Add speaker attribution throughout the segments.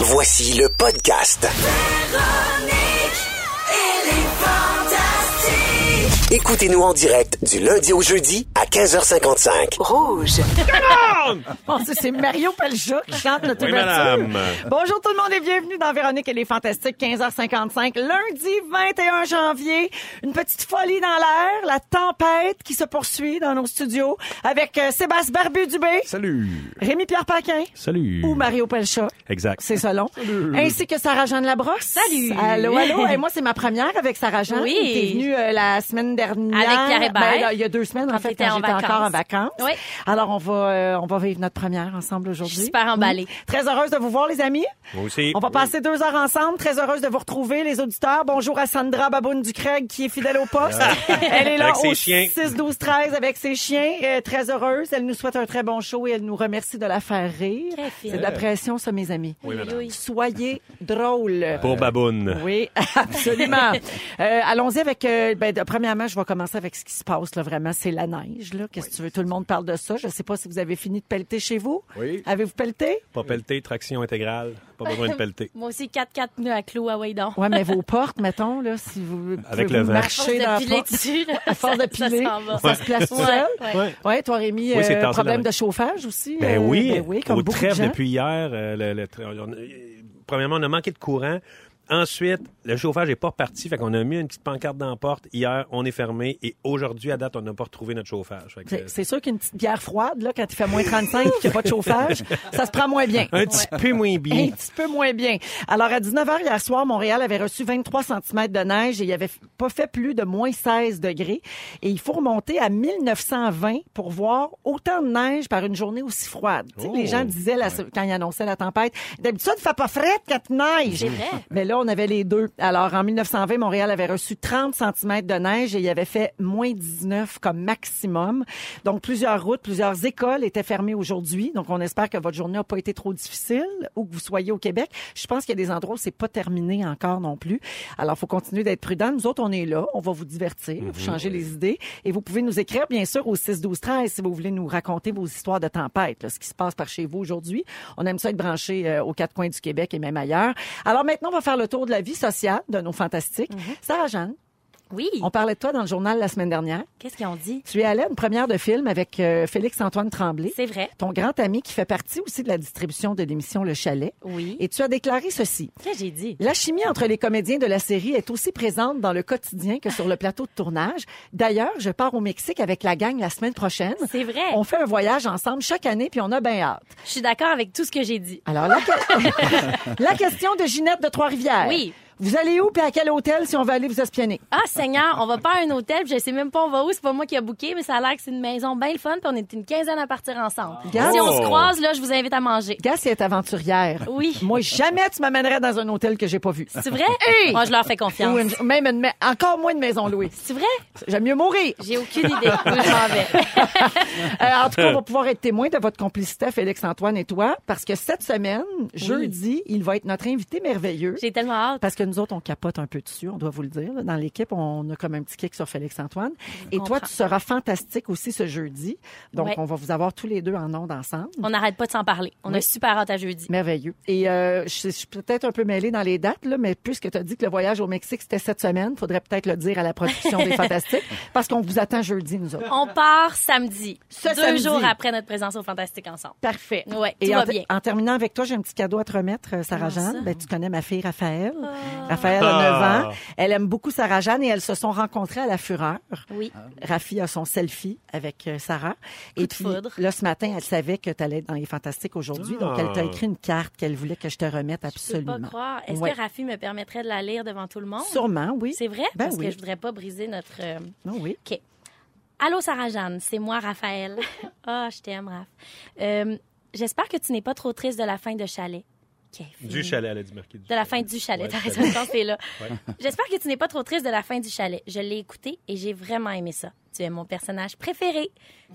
Speaker 1: Voici le podcast. Écoutez-nous en direct du lundi au jeudi à 15h55.
Speaker 2: Rouge.
Speaker 3: Bon, ça, c'est Mario Pelcha qui chante notre
Speaker 4: Oui,
Speaker 3: ouverture.
Speaker 4: madame.
Speaker 3: Bonjour tout le monde et bienvenue dans Véronique et les Fantastiques, 15h55, lundi 21 janvier. Une petite folie dans l'air, la tempête qui se poursuit dans nos studios avec euh, Sébastien Barbu-Dubé,
Speaker 4: Salut.
Speaker 3: Rémi-Pierre Paquin
Speaker 4: Salut.
Speaker 3: ou Mario Pelcha.
Speaker 4: Exact.
Speaker 3: C'est selon. Ainsi que Sarah-Jeanne Labrosse.
Speaker 5: Salut.
Speaker 3: Allô, allô. Et moi, c'est ma première avec Sarah-Jeanne.
Speaker 5: Oui.
Speaker 3: T'es venue euh, la semaine dernière.
Speaker 5: Avec Pierre Hébert.
Speaker 3: Ben, là, il y a deux semaines, en
Speaker 5: Quand
Speaker 3: fait,
Speaker 5: t'étais
Speaker 3: quand
Speaker 5: en
Speaker 3: j'étais encore
Speaker 5: vacances.
Speaker 3: en vacances.
Speaker 5: Oui.
Speaker 3: Alors, on va, euh, on va vivre notre première ensemble aujourd'hui.
Speaker 5: Je suis super emballée.
Speaker 3: Mm. Très heureuse de vous voir, les amis.
Speaker 4: Moi aussi.
Speaker 3: On va passer deux heures ensemble. Très heureuse de vous retrouver, les auditeurs. Bonjour à Sandra Baboune Ducreg, qui est fidèle au poste. Elle est là
Speaker 4: Ah. Avec ses
Speaker 3: au
Speaker 4: chiens.
Speaker 3: 6, 12, 13 avec ses chiens. Euh, très heureuse. Elle nous souhaite un très bon show et elle nous remercie de la faire rire.
Speaker 5: Très
Speaker 3: C'est
Speaker 5: fine.
Speaker 3: de la pression, ça, mes amis.
Speaker 4: Oui, madame.
Speaker 3: Soyez drôle.
Speaker 4: Pour Baboune.
Speaker 3: Oui, absolument. Euh, Allons-y avec. euh, ben, de- premièrement, je vais commencer avec ce qui se passe là. Vraiment, c'est la neige. Là, qu'est-ce que tu veux Tout le monde parle de ça. Je ne sais pas si vous avez fini de pelleter chez vous.
Speaker 6: Oui.
Speaker 3: Avez-vous pelleté
Speaker 4: Pas pelleté, traction intégrale. Pas besoin de pelleter.
Speaker 5: Moi aussi, 4-4 pneus à clous ah à Waydon.
Speaker 3: Ouais, mais vos portes, mettons là, si vous
Speaker 4: Avec
Speaker 3: pouvez-vous
Speaker 4: le vent.
Speaker 5: À force
Speaker 3: marcher dans
Speaker 5: de
Speaker 3: la
Speaker 5: piler
Speaker 3: porte.
Speaker 5: dessus. là,
Speaker 3: À force de
Speaker 5: ça-
Speaker 3: piler,
Speaker 5: Ça s'en va.
Speaker 3: ça se place tout
Speaker 5: Ouais,
Speaker 3: seul.
Speaker 5: ouais.
Speaker 4: Ouais.
Speaker 3: Ouais, toi Rémi,
Speaker 4: Oui, c'est
Speaker 3: euh,
Speaker 4: tassé
Speaker 3: problème
Speaker 4: dans la-
Speaker 3: de chauffage aussi.
Speaker 4: Ben
Speaker 3: euh,
Speaker 4: oui.
Speaker 3: ben oui, comme
Speaker 4: Au
Speaker 3: beaucoup
Speaker 4: trêve
Speaker 3: de gens.
Speaker 4: depuis hier, euh, le- le tra- on a- euh, premièrement, on a manqué de courant. Ensuite, le chauffage n'est pas parti. Fait qu'on a mis une petite pancarte dans la porte. Hier, on est fermé. Et aujourd'hui, à date, on n'a pas retrouvé notre chauffage. Fait que,
Speaker 3: C'est- C'est sûr qu'une petite bière froide, là, quand il fait moins 35 et qu'il n'y a pas de chauffage, ça se prend moins bien.
Speaker 4: euh, un petit peu moins bien.
Speaker 3: Un petit peu moins bien. Alors, à 19h hier soir, Montréal avait reçu 23 cm de neige et il n'y avait f- pas fait plus de moins 16 degrés. Et il faut remonter à 1920 pour voir autant de neige par une journée aussi froide. Tu sais,
Speaker 4: Oh.
Speaker 3: Les gens disaient la- quand ils annonçaient la tempête, d'habitude, il ne fait pas frette quand il neige.
Speaker 5: C'est vrai.
Speaker 3: Mais là, on avait les deux. Alors, en 1920, Montréal avait reçu 30 cm de neige et il avait fait moins 19 comme maximum. Donc, plusieurs routes, plusieurs écoles étaient fermées aujourd'hui. Donc, on espère que votre journée n'a pas été trop difficile ou que vous soyez au Québec. Je pense qu'il y a des endroits où c'est pas terminé encore non plus. Alors, faut continuer d'être prudent. Nous autres, on est là. On va vous divertir,
Speaker 5: Mhm.
Speaker 3: vous changer les idées. Et vous pouvez nous écrire, bien sûr, au 6-12-13 si vous voulez nous raconter vos histoires de tempête, là, ce qui se passe par chez vous aujourd'hui. On aime ça être branché euh, aux quatre coins du Québec et même ailleurs. Alors maintenant, on va faire le tour de la vie sociale de nos fantastiques.
Speaker 5: Mhm.
Speaker 3: Sarah-Jeanne,
Speaker 5: Oui.
Speaker 3: on parlait de toi dans le journal la semaine dernière.
Speaker 5: Qu'est-ce qu'ils ont dit?
Speaker 3: Tu es allée à une première de film avec euh, Félix-Antoine Tremblay.
Speaker 5: C'est vrai.
Speaker 3: Ton grand ami qui fait partie aussi de la distribution de l'émission Le Chalet.
Speaker 5: Oui.
Speaker 3: Et tu as déclaré ceci.
Speaker 5: Qu'est-ce que j'ai dit?
Speaker 3: La chimie entre les comédiens de la série est aussi présente dans le quotidien que sur le plateau de tournage. D'ailleurs, je pars au Mexique avec la gang la semaine prochaine.
Speaker 5: C'est vrai.
Speaker 3: On fait un voyage ensemble chaque année, puis on a bien hâte.
Speaker 5: Je suis d'accord avec tout ce que j'ai dit.
Speaker 3: Alors, la, que- la question de Ginette de Trois-Rivières.
Speaker 5: Oui.
Speaker 3: Vous allez où, puis à quel hôtel si on va aller vous espionner?
Speaker 5: Ah, Seigneur, on va pas à un hôtel, puis je sais même pas on va où, c'est pas moi qui a booké, mais ça a l'air que c'est une maison bien le fun, puis on est une quinzaine à partir ensemble.
Speaker 3: Gars-
Speaker 5: Si on se
Speaker 4: Oh.
Speaker 5: croise, là, je vous invite à manger.
Speaker 3: Gas est aventurière.
Speaker 5: Oui.
Speaker 3: Moi, jamais tu m'amènerais dans un hôtel que j'ai pas vu.
Speaker 5: C'est vrai? Moi, je leur fais confiance.
Speaker 3: Ou une- même une ma- encore moins une maison louée.
Speaker 5: C'est vrai?
Speaker 3: J'aime mieux mourir.
Speaker 5: J'ai aucune idée où je m'en vais.
Speaker 3: Euh, en tout cas, on va pouvoir être témoin de votre complicité, Félix-Antoine et toi, parce que cette semaine, jeudi, il va être notre invité merveilleux.
Speaker 5: J'ai tellement hâte.
Speaker 3: Parce que nous autres, on capote un peu dessus, on doit vous le dire. là. Dans l'équipe, on a comme un petit kick sur Félix-Antoine. Et toi,
Speaker 5: comprends.
Speaker 3: tu seras fantastique aussi ce jeudi. Donc,
Speaker 5: Ouais.
Speaker 3: on va vous avoir tous les deux en ondes ensemble.
Speaker 5: On n'arrête pas de s'en parler. On a
Speaker 3: Oui.
Speaker 5: super hâte à jeudi.
Speaker 3: Merveilleux. Et euh, je, je suis peut-être un peu mêlée dans les dates, là, mais puisque tu as dit que le voyage au Mexique, c'était cette semaine, faudrait peut-être le dire à la production des Fantastiques, parce qu'on vous attend jeudi, nous autres.
Speaker 5: On part samedi,
Speaker 3: Ce
Speaker 5: deux
Speaker 3: samedi.
Speaker 5: jours après notre présence au Fantastique Ensemble.
Speaker 3: Parfait.
Speaker 5: Ouais,
Speaker 3: Et
Speaker 5: tout
Speaker 3: en,
Speaker 5: va
Speaker 3: te-
Speaker 5: bien.
Speaker 3: en terminant avec toi, j'ai un petit cadeau à te remettre, euh, Sarah-Jeanne.
Speaker 5: ça?
Speaker 3: Ben, tu connais ma fille Raphaël. Raphaël a
Speaker 4: Ah.
Speaker 3: 9 ans. Elle aime beaucoup Sarah-Jeanne et elles se sont rencontrées à la Fureur.
Speaker 5: Oui.
Speaker 3: Rafi a son selfie avec euh, Sarah. et
Speaker 5: de
Speaker 3: puis,
Speaker 5: foudre.
Speaker 3: là, ce matin, elle savait que tu allais dans les Fantastiques aujourd'hui. Donc, elle t'a écrit une carte qu'elle voulait que je te remette
Speaker 5: Je peux
Speaker 3: absolument.
Speaker 5: pas croire. Est-ce
Speaker 3: Ouais.
Speaker 5: que Rafi me permettrait de la lire devant tout le monde?
Speaker 3: Sûrement, oui.
Speaker 5: C'est vrai?
Speaker 3: Ben
Speaker 5: Parce
Speaker 3: oui.
Speaker 5: que je voudrais pas briser notre... euh,
Speaker 3: Non, oui.
Speaker 5: OK. Allô, Sarah-Jeanne, c'est moi, Raphaël. Ah, je t'aime, Raph. Euh, J'espère que tu n'es pas trop triste de la fin de chalet. OK,
Speaker 4: Du
Speaker 5: fini.
Speaker 4: chalet, elle a dit marquer du
Speaker 5: De la
Speaker 4: chalet.
Speaker 5: fin du chalet,
Speaker 4: Ouais,
Speaker 5: t'as
Speaker 4: du
Speaker 5: raison, je pense que c'est là. J'espère que tu n'es pas trop triste de la fin du chalet. Je l'ai écouté et j'ai vraiment aimé ça. Tu es mon personnage préféré.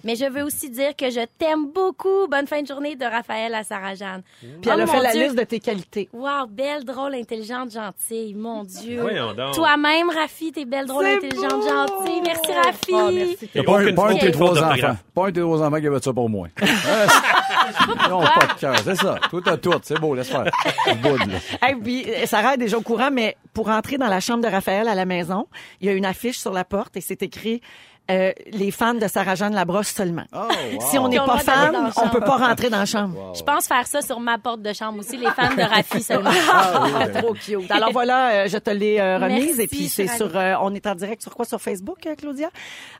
Speaker 5: Mais je veux aussi dire que je t'aime beaucoup. Bonne fin de journée de Raphaël à Sarah-Jeanne.
Speaker 3: Puis elle a fait la liste de tes qualités.
Speaker 5: Wow, belle, drôle, intelligente, gentille. Mon Dieu.
Speaker 4: Voyons donc.
Speaker 5: Toi-même, Rafi, t'es belle, drôle,
Speaker 3: C'est
Speaker 5: intelligente,
Speaker 3: beau!
Speaker 5: gentille. Merci, Rafi.
Speaker 3: Oh, merci.
Speaker 6: Y a pas, un-
Speaker 4: Aucune
Speaker 6: pas un de
Speaker 4: faute
Speaker 6: tes trois enfants.
Speaker 4: d'orthographe.
Speaker 6: Pas un de tes trois enfants qui avait ça pour moi.
Speaker 2: Hein? Non, pas de cœur, c'est ça. Tout à tout, c'est beau, laisse faire. Je boude, là.
Speaker 3: Hey, puis, euh, Sarah est déjà au courant, mais pour entrer dans la chambre de Raphaël à la maison, il y a une affiche sur la porte et c'est écrit euh, les fans de Sarah-Jeanne Labrosse seulement.
Speaker 2: Oh, wow.
Speaker 3: Si on n'est
Speaker 5: Puis on
Speaker 3: pas
Speaker 5: va dans
Speaker 3: fan,
Speaker 5: la
Speaker 3: on
Speaker 5: chambre.
Speaker 3: peut pas rentrer dans la chambre.
Speaker 4: Oh.
Speaker 5: Je pense faire ça sur ma porte de chambre aussi, les fans de Rafi seulement.
Speaker 4: Ah,
Speaker 3: Trop cute. Ah Alors voilà, euh, je te l'ai euh, remise
Speaker 5: Merci,
Speaker 3: et puis c'est
Speaker 5: Sarah.
Speaker 3: sur euh, on est en direct sur quoi sur Facebook euh, Claudia.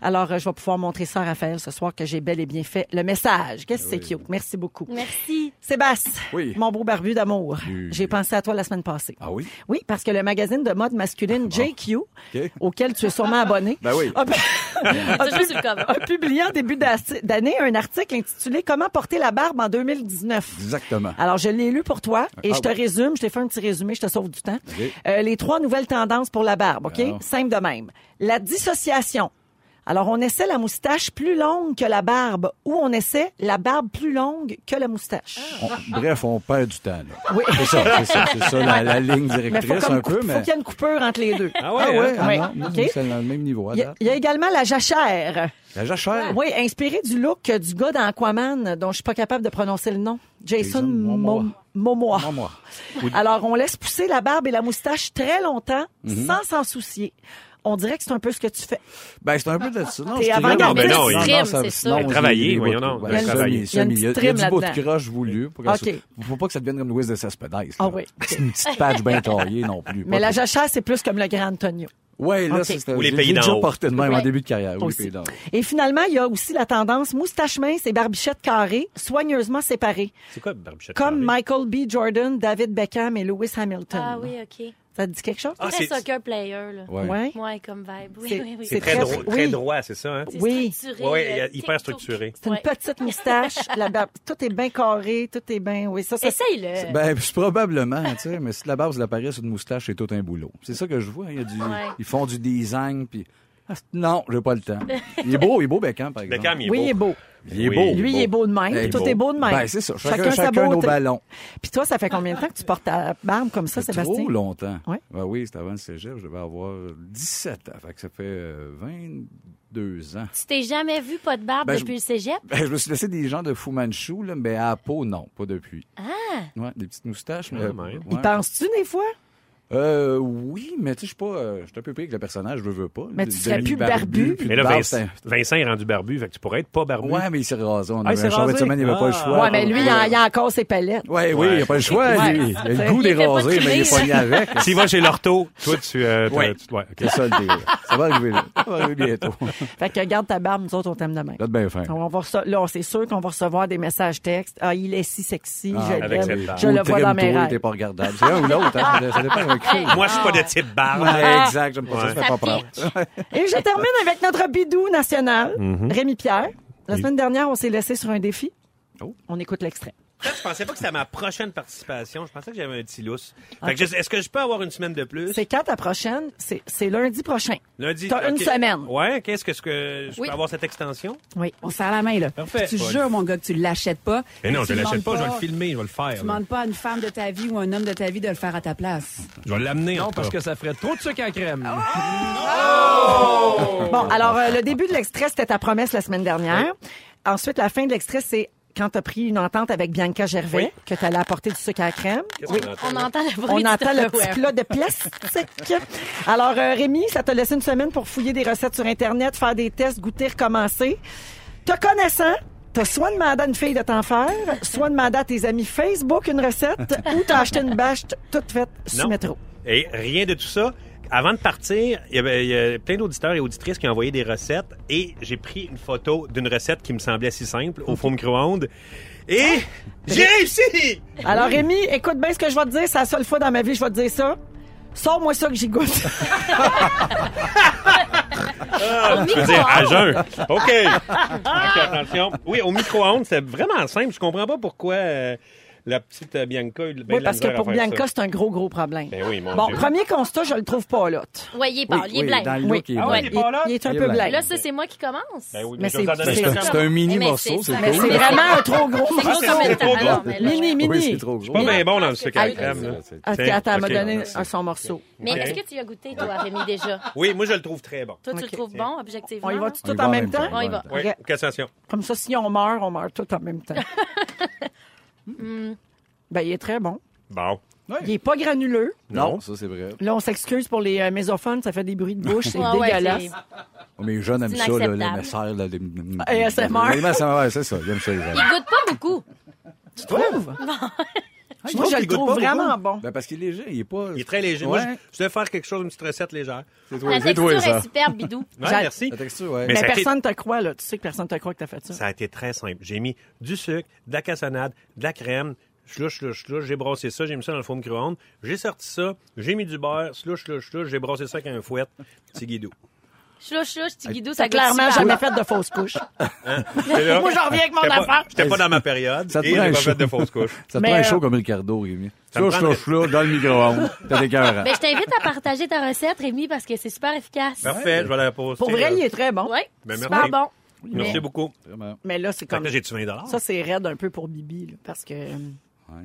Speaker 3: Alors euh, je vais pouvoir montrer ça à Raphaël ce soir que j'ai bel et bien fait le message. Qu'est-ce que c'est cute. Merci beaucoup.
Speaker 5: Merci.
Speaker 3: Sébastien,
Speaker 2: Oui.
Speaker 3: mon beau barbu d'amour.
Speaker 2: Oui.
Speaker 3: J'ai pensé à toi la semaine passée.
Speaker 2: Ah oui?
Speaker 3: Oui, parce que le magazine de mode masculine JQ,
Speaker 2: Ah, OK.
Speaker 3: auquel tu es sûrement abonné,
Speaker 2: Ben oui.
Speaker 3: a, pu- a
Speaker 5: Toujours sur le cover.
Speaker 3: a publié en début d'as- d'année un article intitulé Comment porter la barbe en 2019.
Speaker 2: Exactement.
Speaker 3: Alors, je l'ai lu pour toi et
Speaker 2: Ah
Speaker 3: je te
Speaker 2: ouais.
Speaker 3: résume. Je t'ai fait un petit résumé, je te sauve du temps.
Speaker 2: OK.
Speaker 3: Euh, les trois nouvelles tendances pour la barbe, OK?
Speaker 2: Bon.
Speaker 3: Simple de même. La dissociation. Alors, on essaie la moustache plus longue que la barbe ou on essaie la barbe plus longue que la moustache.
Speaker 2: On- bref, on perd du temps, là.
Speaker 3: Oui.
Speaker 2: C'est ça, c'est ça, c'est ça la, la ligne
Speaker 3: Mais faut
Speaker 2: directrice
Speaker 3: comme
Speaker 2: un peu,
Speaker 3: cou- faut
Speaker 2: mais.
Speaker 3: qu'il y ait une coupure entre les deux.
Speaker 4: Ah ouais,
Speaker 2: Ah ouais,
Speaker 4: hein?
Speaker 2: ah
Speaker 3: Ouais.
Speaker 2: non, nous,
Speaker 3: OK.
Speaker 2: c'est dans le même niveau. à
Speaker 3: Il y, a,
Speaker 2: date.
Speaker 3: il y a également la jachère.
Speaker 2: La jachère.
Speaker 3: Oui, inspirée du look du gars dans Aquaman, dont je suis pas capable de prononcer le nom. Jason,
Speaker 2: Jason Momoa.
Speaker 3: Mo- Momoa.
Speaker 2: Non, moi.
Speaker 3: Alors, on laisse pousser la barbe et la moustache très longtemps
Speaker 2: Mm-hmm.
Speaker 3: sans s'en soucier. On dirait que c'est un peu ce que tu fais.
Speaker 2: Ben, c'est un peu de ça. Non,
Speaker 3: T'es
Speaker 2: je te dirais-
Speaker 3: avant-gardiste.
Speaker 4: Non, mais non, il-
Speaker 5: Trim,
Speaker 2: ça-
Speaker 5: c'est
Speaker 2: sinon,
Speaker 5: sûr.
Speaker 2: on-
Speaker 4: Travailler,
Speaker 2: il y a des
Speaker 4: voyons
Speaker 2: bouts-
Speaker 4: donc,
Speaker 2: ouais,
Speaker 4: il y a une
Speaker 2: semi-
Speaker 3: petite-
Speaker 2: semi-
Speaker 3: il y a
Speaker 2: Il y a il y a
Speaker 3: une
Speaker 2: du
Speaker 3: petite
Speaker 2: bout de
Speaker 3: trime
Speaker 2: croche voulu. Pour
Speaker 3: OK.
Speaker 2: que ça- faut pas que ça devienne comme Louis de Cespedes. là.
Speaker 3: Ah oui.
Speaker 2: C'est une petite patch bien taillée non plus.
Speaker 3: Mais la
Speaker 2: Pas-
Speaker 3: jachère, c'est plus comme le grand Antonio.
Speaker 2: Ouais, là,
Speaker 3: OK.
Speaker 2: c'est
Speaker 4: Ou les
Speaker 2: j'ai-
Speaker 4: pays
Speaker 2: j'ai
Speaker 4: d'en
Speaker 2: déjà
Speaker 4: haut.
Speaker 2: porté de même en
Speaker 5: Ouais.
Speaker 2: début de carrière. Ou les
Speaker 3: Aussi.
Speaker 2: pays d'en haut.
Speaker 3: Et finalement, il y a aussi la tendance moustache mince et barbichette carrée, soigneusement séparées,
Speaker 4: C'est quoi, Barbichette?
Speaker 3: comme
Speaker 4: Carré?
Speaker 3: Michael B. Jordan, David Beckham et Lewis Hamilton.
Speaker 5: Ah oui, OK.
Speaker 3: Ça te dit quelque chose?
Speaker 4: Ah,
Speaker 5: Très
Speaker 4: c'est-
Speaker 5: soccer player, là.
Speaker 2: Ouais.
Speaker 3: Ouais.
Speaker 5: Ouais, comme vibe. Oui,
Speaker 3: C'est-
Speaker 5: oui, oui.
Speaker 4: C'est très,
Speaker 3: très-
Speaker 4: dro-
Speaker 3: oui.
Speaker 4: très droit, c'est ça, hein?
Speaker 5: C'est
Speaker 3: Oui.
Speaker 5: structuré.
Speaker 4: Ouais, ouais,
Speaker 5: euh,
Speaker 4: hyper
Speaker 5: tic-toc.
Speaker 4: structuré.
Speaker 3: C'est une
Speaker 5: Ouais.
Speaker 3: petite moustache, la barbe. Tout est bien carré, tout est bien. Oui, ça, ça.
Speaker 5: Essaye-le.
Speaker 2: Ben, c'est probablement, tu sais, mais si la base de l'appareil, c'est une moustache, c'est tout un boulot. C'est ça que je vois. hein. Il y a du,
Speaker 5: Ouais.
Speaker 2: Ils font du design, puis. Ah, c'est- Non, j'ai pas le temps. Il est beau, il est beau, Beckham, par exemple.
Speaker 4: Beckham, il est
Speaker 3: oui, il est
Speaker 4: beau.
Speaker 3: beau.
Speaker 2: Il est beau.
Speaker 3: Lui, il est beau de même.
Speaker 2: Il est
Speaker 3: tout
Speaker 2: beau.
Speaker 3: est beau de même.
Speaker 2: Ben, c'est ça. Chacun-
Speaker 3: sa
Speaker 2: chacun nos
Speaker 3: beauté.
Speaker 2: ballons.
Speaker 3: Puis toi, ça fait combien de temps que tu portes ta barbe comme ça, Sébastien?
Speaker 2: Trop longtemps.
Speaker 3: Ouais.
Speaker 2: Ben oui, c'était avant le cégep. Je devais avoir 17 ans. Fait que ça fait euh, 22 ans.
Speaker 5: Tu t'es jamais vu pas de barbe
Speaker 2: Ben, je-
Speaker 5: depuis le cégep?
Speaker 2: Ben, je me suis laissé des gens de Fu Manchu, là, mais à la peau, non, pas depuis.
Speaker 5: Ah!
Speaker 2: Ouais, des petites moustaches. Mais,
Speaker 4: Quand même.
Speaker 3: Y
Speaker 2: ouais.
Speaker 3: penses-tu des fois?
Speaker 2: Euh, oui, mais tu sais, je suis pas. euh, je suis un peu pris avec le personnage, je veux, veux pas.
Speaker 3: Mais
Speaker 2: Le
Speaker 3: tu serais plus barbu.
Speaker 2: demi-barbu, plus
Speaker 4: Mais là,
Speaker 2: de barbe,
Speaker 4: Vince-
Speaker 2: c'est-
Speaker 4: Vincent est rendu barbu, fait que tu pourrais être pas barbu.
Speaker 2: Ouais, mais il s'est rasé. On
Speaker 4: Ah, il
Speaker 2: avait
Speaker 4: s'est
Speaker 2: un charbon de
Speaker 4: rasé?
Speaker 2: semaine, il avait pas le
Speaker 4: Ah.
Speaker 2: choix.
Speaker 3: Ouais, mais lui, il a, il a encore ses palettes.
Speaker 2: Ouais, oui, il a pas le choix,
Speaker 3: Ouais.
Speaker 2: lui. Il a le goût
Speaker 5: Il
Speaker 2: des
Speaker 5: était pas
Speaker 2: rasés, mais il est
Speaker 5: trimé,
Speaker 2: pogné avec.
Speaker 4: S'il va chez l'ortho, toi, tu... euh, t'as-
Speaker 2: Ouais.
Speaker 4: tu- ouais, ok.
Speaker 2: C'est ça le deal. Ça va arriver, là. Ça va arriver bientôt.
Speaker 3: Fait que garde ta barbe, nous autres, on t'aime demain.
Speaker 2: Là, de bien fin.
Speaker 3: On va rece- Là, on- c'est sûr qu'on va recevoir des messages textes. Ah, il est si sexy,
Speaker 2: Ah,
Speaker 3: je
Speaker 4: avec
Speaker 3: l'aime.
Speaker 4: cette barbe.
Speaker 3: Je le vois dans mes
Speaker 2: Ou t'es
Speaker 3: rêves.
Speaker 2: pas regardable. C'est un ou l'autre, hein. Ça dépend d'un cul.
Speaker 4: Moi, je suis pas de type barbe.
Speaker 2: Ouais, exact, j'aime pas ça, ça fait pas
Speaker 5: Ça
Speaker 2: peur.
Speaker 5: pique.
Speaker 3: Et je termine avec notre bidou national, Rémi Pierre. La semaine dernière, on s'est laissé sur un défi.
Speaker 2: Oh.
Speaker 3: On écoute l'extrait.
Speaker 4: Je pensais pas que c'était ma prochaine participation. Je pensais que j'avais un petit lousse. Fait que je- est-ce que je peux avoir une semaine de plus?
Speaker 3: C'est quand ta prochaine? C'est c'est lundi prochain.
Speaker 4: Lundi.
Speaker 3: T'as une
Speaker 4: ok.
Speaker 3: semaine.
Speaker 4: Ouais, qu'est-ce que, ce que je
Speaker 6: Oui.
Speaker 4: peux avoir cette extension?
Speaker 3: Oui.
Speaker 6: On se serre la main, là.
Speaker 4: Parfait.
Speaker 6: Tu
Speaker 4: Paul.
Speaker 6: jures, mon gars, que tu l'achètes pas.
Speaker 4: Mais non,
Speaker 6: Tu
Speaker 4: je l'achète
Speaker 6: demandes
Speaker 4: pas, je vais le filmer, je vais le faire.
Speaker 6: Tu demandes pas à une femme de ta vie ou un homme de ta vie de le faire à ta place.
Speaker 4: Je vais l'amener.
Speaker 7: Non, parce que ça ferait trop de sucre à crème.
Speaker 3: Bon, alors, euh, le début de l'extrait, c'était ta promesse la semaine dernière. Ensuite, la fin de l'extrait, c'est quand tu as pris une entente avec Bianca Gervais,
Speaker 4: Oui.
Speaker 3: que tu allais apporter du sucre à la crème.
Speaker 4: oui.
Speaker 5: On entend le bruit
Speaker 3: On
Speaker 5: du
Speaker 3: entend le
Speaker 5: Tupperware.
Speaker 3: petit plat de plastique. Alors, euh, Rémi, ça t'a laissé une semaine pour fouiller des recettes sur Internet, faire des tests, goûter, recommencer. Te connaissant, t'as soit demandé à une fille de t'en faire, soit demandé à tes amis Facebook une recette, ou t'as acheté une bâche toute faite sur
Speaker 4: Non.
Speaker 3: métro.
Speaker 4: Et rien de tout ça. Avant de partir, il y, avait- il y a plein d'auditeurs et auditrices qui ont envoyé des recettes et j'ai pris une photo d'une recette qui me semblait si simple au four micro-ondes. Et
Speaker 3: Ah!
Speaker 4: j'ai réussi!
Speaker 3: Alors, Rémi, écoute bien ce que je vais te dire. C'est la seule fois dans ma vie que je vais te dire ça. Sors-moi ça que j'y goûte.
Speaker 4: Je veux dire, à jeun. OK. OK, attention. Oui, au micro-ondes, c'est vraiment simple. Je comprends pas pourquoi euh, la petite euh, Bianca... a eu bien
Speaker 3: oui,
Speaker 4: de la
Speaker 3: parce que
Speaker 4: misère à
Speaker 3: pour
Speaker 4: faire ça.
Speaker 3: Bianca, c'est un gros, gros problème.
Speaker 4: Ben oui, mon
Speaker 3: bon,
Speaker 4: Dieu.
Speaker 3: premier constat, je le trouve pas là.
Speaker 5: Ouais, il est
Speaker 2: Oui,
Speaker 5: pâle, il est
Speaker 2: oui,
Speaker 5: blanc.
Speaker 2: dans le
Speaker 3: Oui.
Speaker 2: look, il est
Speaker 4: Ah
Speaker 2: blanc.
Speaker 4: ouais, il est
Speaker 3: Il,
Speaker 4: pas là?
Speaker 3: il est un
Speaker 2: Il est
Speaker 3: peu
Speaker 2: blanc.
Speaker 3: blanc.
Speaker 5: Là, ça, c'est moi qui commence.
Speaker 4: Ben
Speaker 3: Mais
Speaker 4: oui, mais je vais
Speaker 3: c'est-
Speaker 4: vous en donner
Speaker 2: C'est un-
Speaker 4: quelques-uns.
Speaker 2: c'est un mini
Speaker 5: Eh, mais
Speaker 2: morceau,
Speaker 5: c'est
Speaker 2: c'est
Speaker 5: ça.
Speaker 3: Mais
Speaker 2: cool.
Speaker 3: c'est vraiment un trop gros
Speaker 5: C'est gros
Speaker 3: morceau.
Speaker 5: comme une table.
Speaker 4: gros.
Speaker 5: Ah non, mais là,
Speaker 3: Mini,
Speaker 5: je-
Speaker 3: mini.
Speaker 2: Oui, c'est trop gros.
Speaker 4: Pas bien
Speaker 2: Ouais.
Speaker 4: bon dans le sucre à la
Speaker 5: Ah,
Speaker 4: crème. là.
Speaker 3: Ah, c'est- attends, elle m'a
Speaker 4: Ok.
Speaker 3: donné un- son morceau.
Speaker 5: Mais
Speaker 4: Ok.
Speaker 5: est-ce que tu y as goûté, toi, Rémi, déjà?
Speaker 4: Oui, moi, je le trouve très bon.
Speaker 5: Toi, tu
Speaker 3: Ok.
Speaker 5: le trouves bon, objectivement?
Speaker 3: On y va
Speaker 5: là?
Speaker 3: tout
Speaker 2: On y
Speaker 3: en
Speaker 2: va
Speaker 3: même temps?
Speaker 5: On y va.
Speaker 4: Oui,
Speaker 3: Ok.
Speaker 4: attention.
Speaker 3: Comme ça, si on meurt, on meurt tout en même temps. Ben, il est très bon.
Speaker 4: Bon.
Speaker 3: Il est pas granuleux.
Speaker 4: Non.
Speaker 2: ça c'est vrai.
Speaker 3: Là, on s'excuse pour les euh, mésophones, ça fait des bruits de bouche, c'est
Speaker 5: Ouais, ouais,
Speaker 3: dégueulasse.
Speaker 5: c'est-
Speaker 3: Ah,
Speaker 2: Oh, Mais les jeunes aiment ça, là,
Speaker 5: inacceptable.
Speaker 2: les messères, là, les...
Speaker 3: ASMR.
Speaker 2: Les messères, ouais, c'est ça, ils aiment ça, les jeunes.
Speaker 5: Il goûte pas beaucoup.
Speaker 3: tu trouves?
Speaker 5: Bah,
Speaker 4: je
Speaker 3: Moi,
Speaker 4: trouve
Speaker 3: je le
Speaker 4: qu'il goûte
Speaker 3: trouve
Speaker 4: Ah, pas
Speaker 3: vraiment bon.
Speaker 2: Ben, parce qu'il est léger, il est pas...
Speaker 4: Il est très léger. Moi,
Speaker 2: Ouais.
Speaker 4: je- je devais faire quelque chose, une petite recette légère.
Speaker 2: C'est toi,
Speaker 5: La
Speaker 2: c'est
Speaker 5: texture
Speaker 2: toi, ça.
Speaker 5: est superbe, bidou.
Speaker 4: Ouais,
Speaker 3: J'a-
Speaker 4: merci.
Speaker 2: La texture, ouais.
Speaker 4: Mais
Speaker 3: Mais
Speaker 4: ça a été-
Speaker 3: personne te croit, là. Tu sais que personne te croit que t'as fait ça.
Speaker 4: Ça a été très simple. J'ai mis du sucre, de la cassonade, de la crème. Je louche, louche, louche. J'ai brossé ça. J'ai mis ça dans le four micro-ondes. J'ai sorti ça. J'ai mis du beurre. Louche, louche, louche. J'ai brossé ça avec un fouet. C'est guidou.
Speaker 5: Chlouche, chlouche, petit guidou,
Speaker 3: T'as
Speaker 5: ça goûte
Speaker 3: clairement
Speaker 5: super
Speaker 3: jamais
Speaker 5: bon.
Speaker 3: fait de fausse couche.
Speaker 4: Moi,
Speaker 3: j'en reviens avec mon affaire.
Speaker 4: J'étais pas dans ma période.
Speaker 2: Ça te
Speaker 4: et j'ai
Speaker 2: prend un
Speaker 4: pas
Speaker 2: show.
Speaker 4: fait de fausse couche.
Speaker 2: Ça te
Speaker 3: Mais,
Speaker 2: prend un
Speaker 3: euh,
Speaker 2: show comme Ricardo, Rémi.
Speaker 4: ça me
Speaker 2: Chouche,
Speaker 4: prend-
Speaker 2: chouche, là, dans le micro-ondes. T'as des cœurs.
Speaker 5: Ben, je t'invite à partager ta recette, Rémi, parce que c'est super efficace.
Speaker 4: Parfait. Je vais la poster.
Speaker 3: Pour vrai,
Speaker 4: euh,
Speaker 3: il est très bon.
Speaker 5: Oui,
Speaker 4: Ben,
Speaker 5: super
Speaker 4: merci.
Speaker 5: bon.
Speaker 4: Merci
Speaker 5: Mais-
Speaker 4: beaucoup.
Speaker 2: Vraiment.
Speaker 3: Mais là, c'est
Speaker 4: Fait que
Speaker 3: comme.
Speaker 4: là, j'ai-tu 20 dollars?
Speaker 3: Ça, c'est raide un peu pour Bibi, là, parce que euh,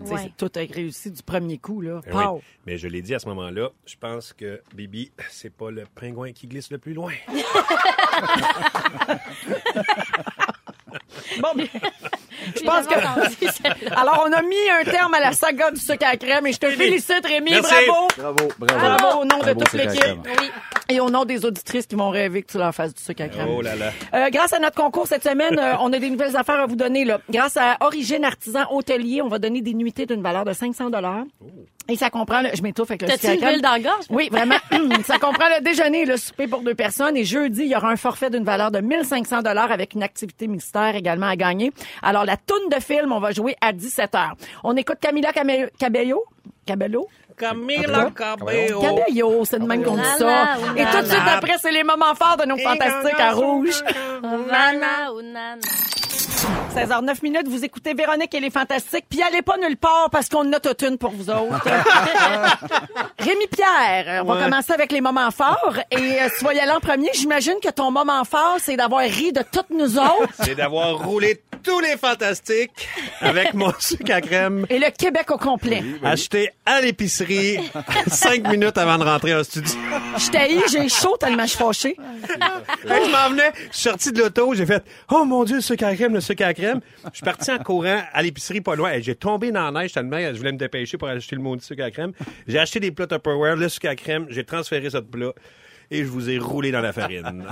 Speaker 3: tu sais,
Speaker 5: Ouais.
Speaker 3: c'est- tout a réussi du premier coup. Là.
Speaker 4: Eh oui.
Speaker 3: Pow!
Speaker 4: Mais je l'ai dit à ce moment-là, je pense que Bibi, c'est pas le pingouin qui glisse le plus loin.
Speaker 3: Bon, ben, je pense que. Alors, on a mis un terme à la saga du sucre à la crème et je te félicite, Rémi.
Speaker 4: Merci.
Speaker 3: Bravo!
Speaker 2: Bravo, bravo.
Speaker 3: Ah, Bravo au nom de
Speaker 4: Ah,
Speaker 2: Bravo,
Speaker 3: toute
Speaker 2: c'est la
Speaker 3: l'équipe.
Speaker 2: crème.
Speaker 5: Oui.
Speaker 3: Et au nom des auditrices qui vont rêver que tu leur fasses du sucre à la crème.
Speaker 4: Oh là là.
Speaker 3: Euh, grâce à notre concours cette semaine, euh, on a des nouvelles affaires à vous donner. Là. Grâce à Origine Artisan Hôtelier, on va donner des nuitées d'une valeur de 500 dollars.
Speaker 4: Oh.
Speaker 3: Et ça comprend... le- Je m'étouffe avec le
Speaker 5: T'as-tu
Speaker 3: sucre à la
Speaker 5: une
Speaker 3: crème.
Speaker 5: bulle dans la gorge?
Speaker 3: Oui, vraiment. ça comprend le déjeuner et le souper pour deux personnes. Et jeudi, il y aura un forfait d'une valeur de 1500 dollars avec une activité mystère également à gagner. Alors, la toune de film, on va jouer à 17h. On écoute Camila Camel- Cabello. Cabello?
Speaker 4: Camila Cabello.
Speaker 3: Cabello, c'est de même qu'on dit ça.
Speaker 5: Oulala, oulala.
Speaker 3: Et tout de suite après, c'est les moments forts de nos fantastiques à rouge.
Speaker 5: Nana ou nana.
Speaker 3: 16h09 minutes, vous écoutez Véronique et les Fantastiques, puis allez pas nulle part parce qu'on a toute une pour vous autres. Rémi Pierre, on va commencer avec les moments forts et euh, tu vas y aller en premier. J'imagine que ton moment fort, c'est d'avoir ri de toutes nous autres
Speaker 4: C'est d'avoir roulé tous les fantastiques avec mon sucre à crème
Speaker 3: et le Québec au complet.
Speaker 4: acheté à l'épicerie cinq minutes avant de rentrer en studio.
Speaker 3: Je t'haïs, j'ai chaud tellement je suis fâchée.
Speaker 4: Hey, je m'en venais, je suis sorti de l'auto, j'ai fait Oh mon Dieu, le sucre à crème, le sucre à crème. Je suis parti en courant à l'épicerie pas loin. Hey, J'ai tombé dans la neige tellement je voulais me dépêcher pour acheter le maudit sucre à crème. J'ai acheté des plats Tupperware, le sucre à crème, j'ai transféré ça de plat et je vous ai roulé dans la farine.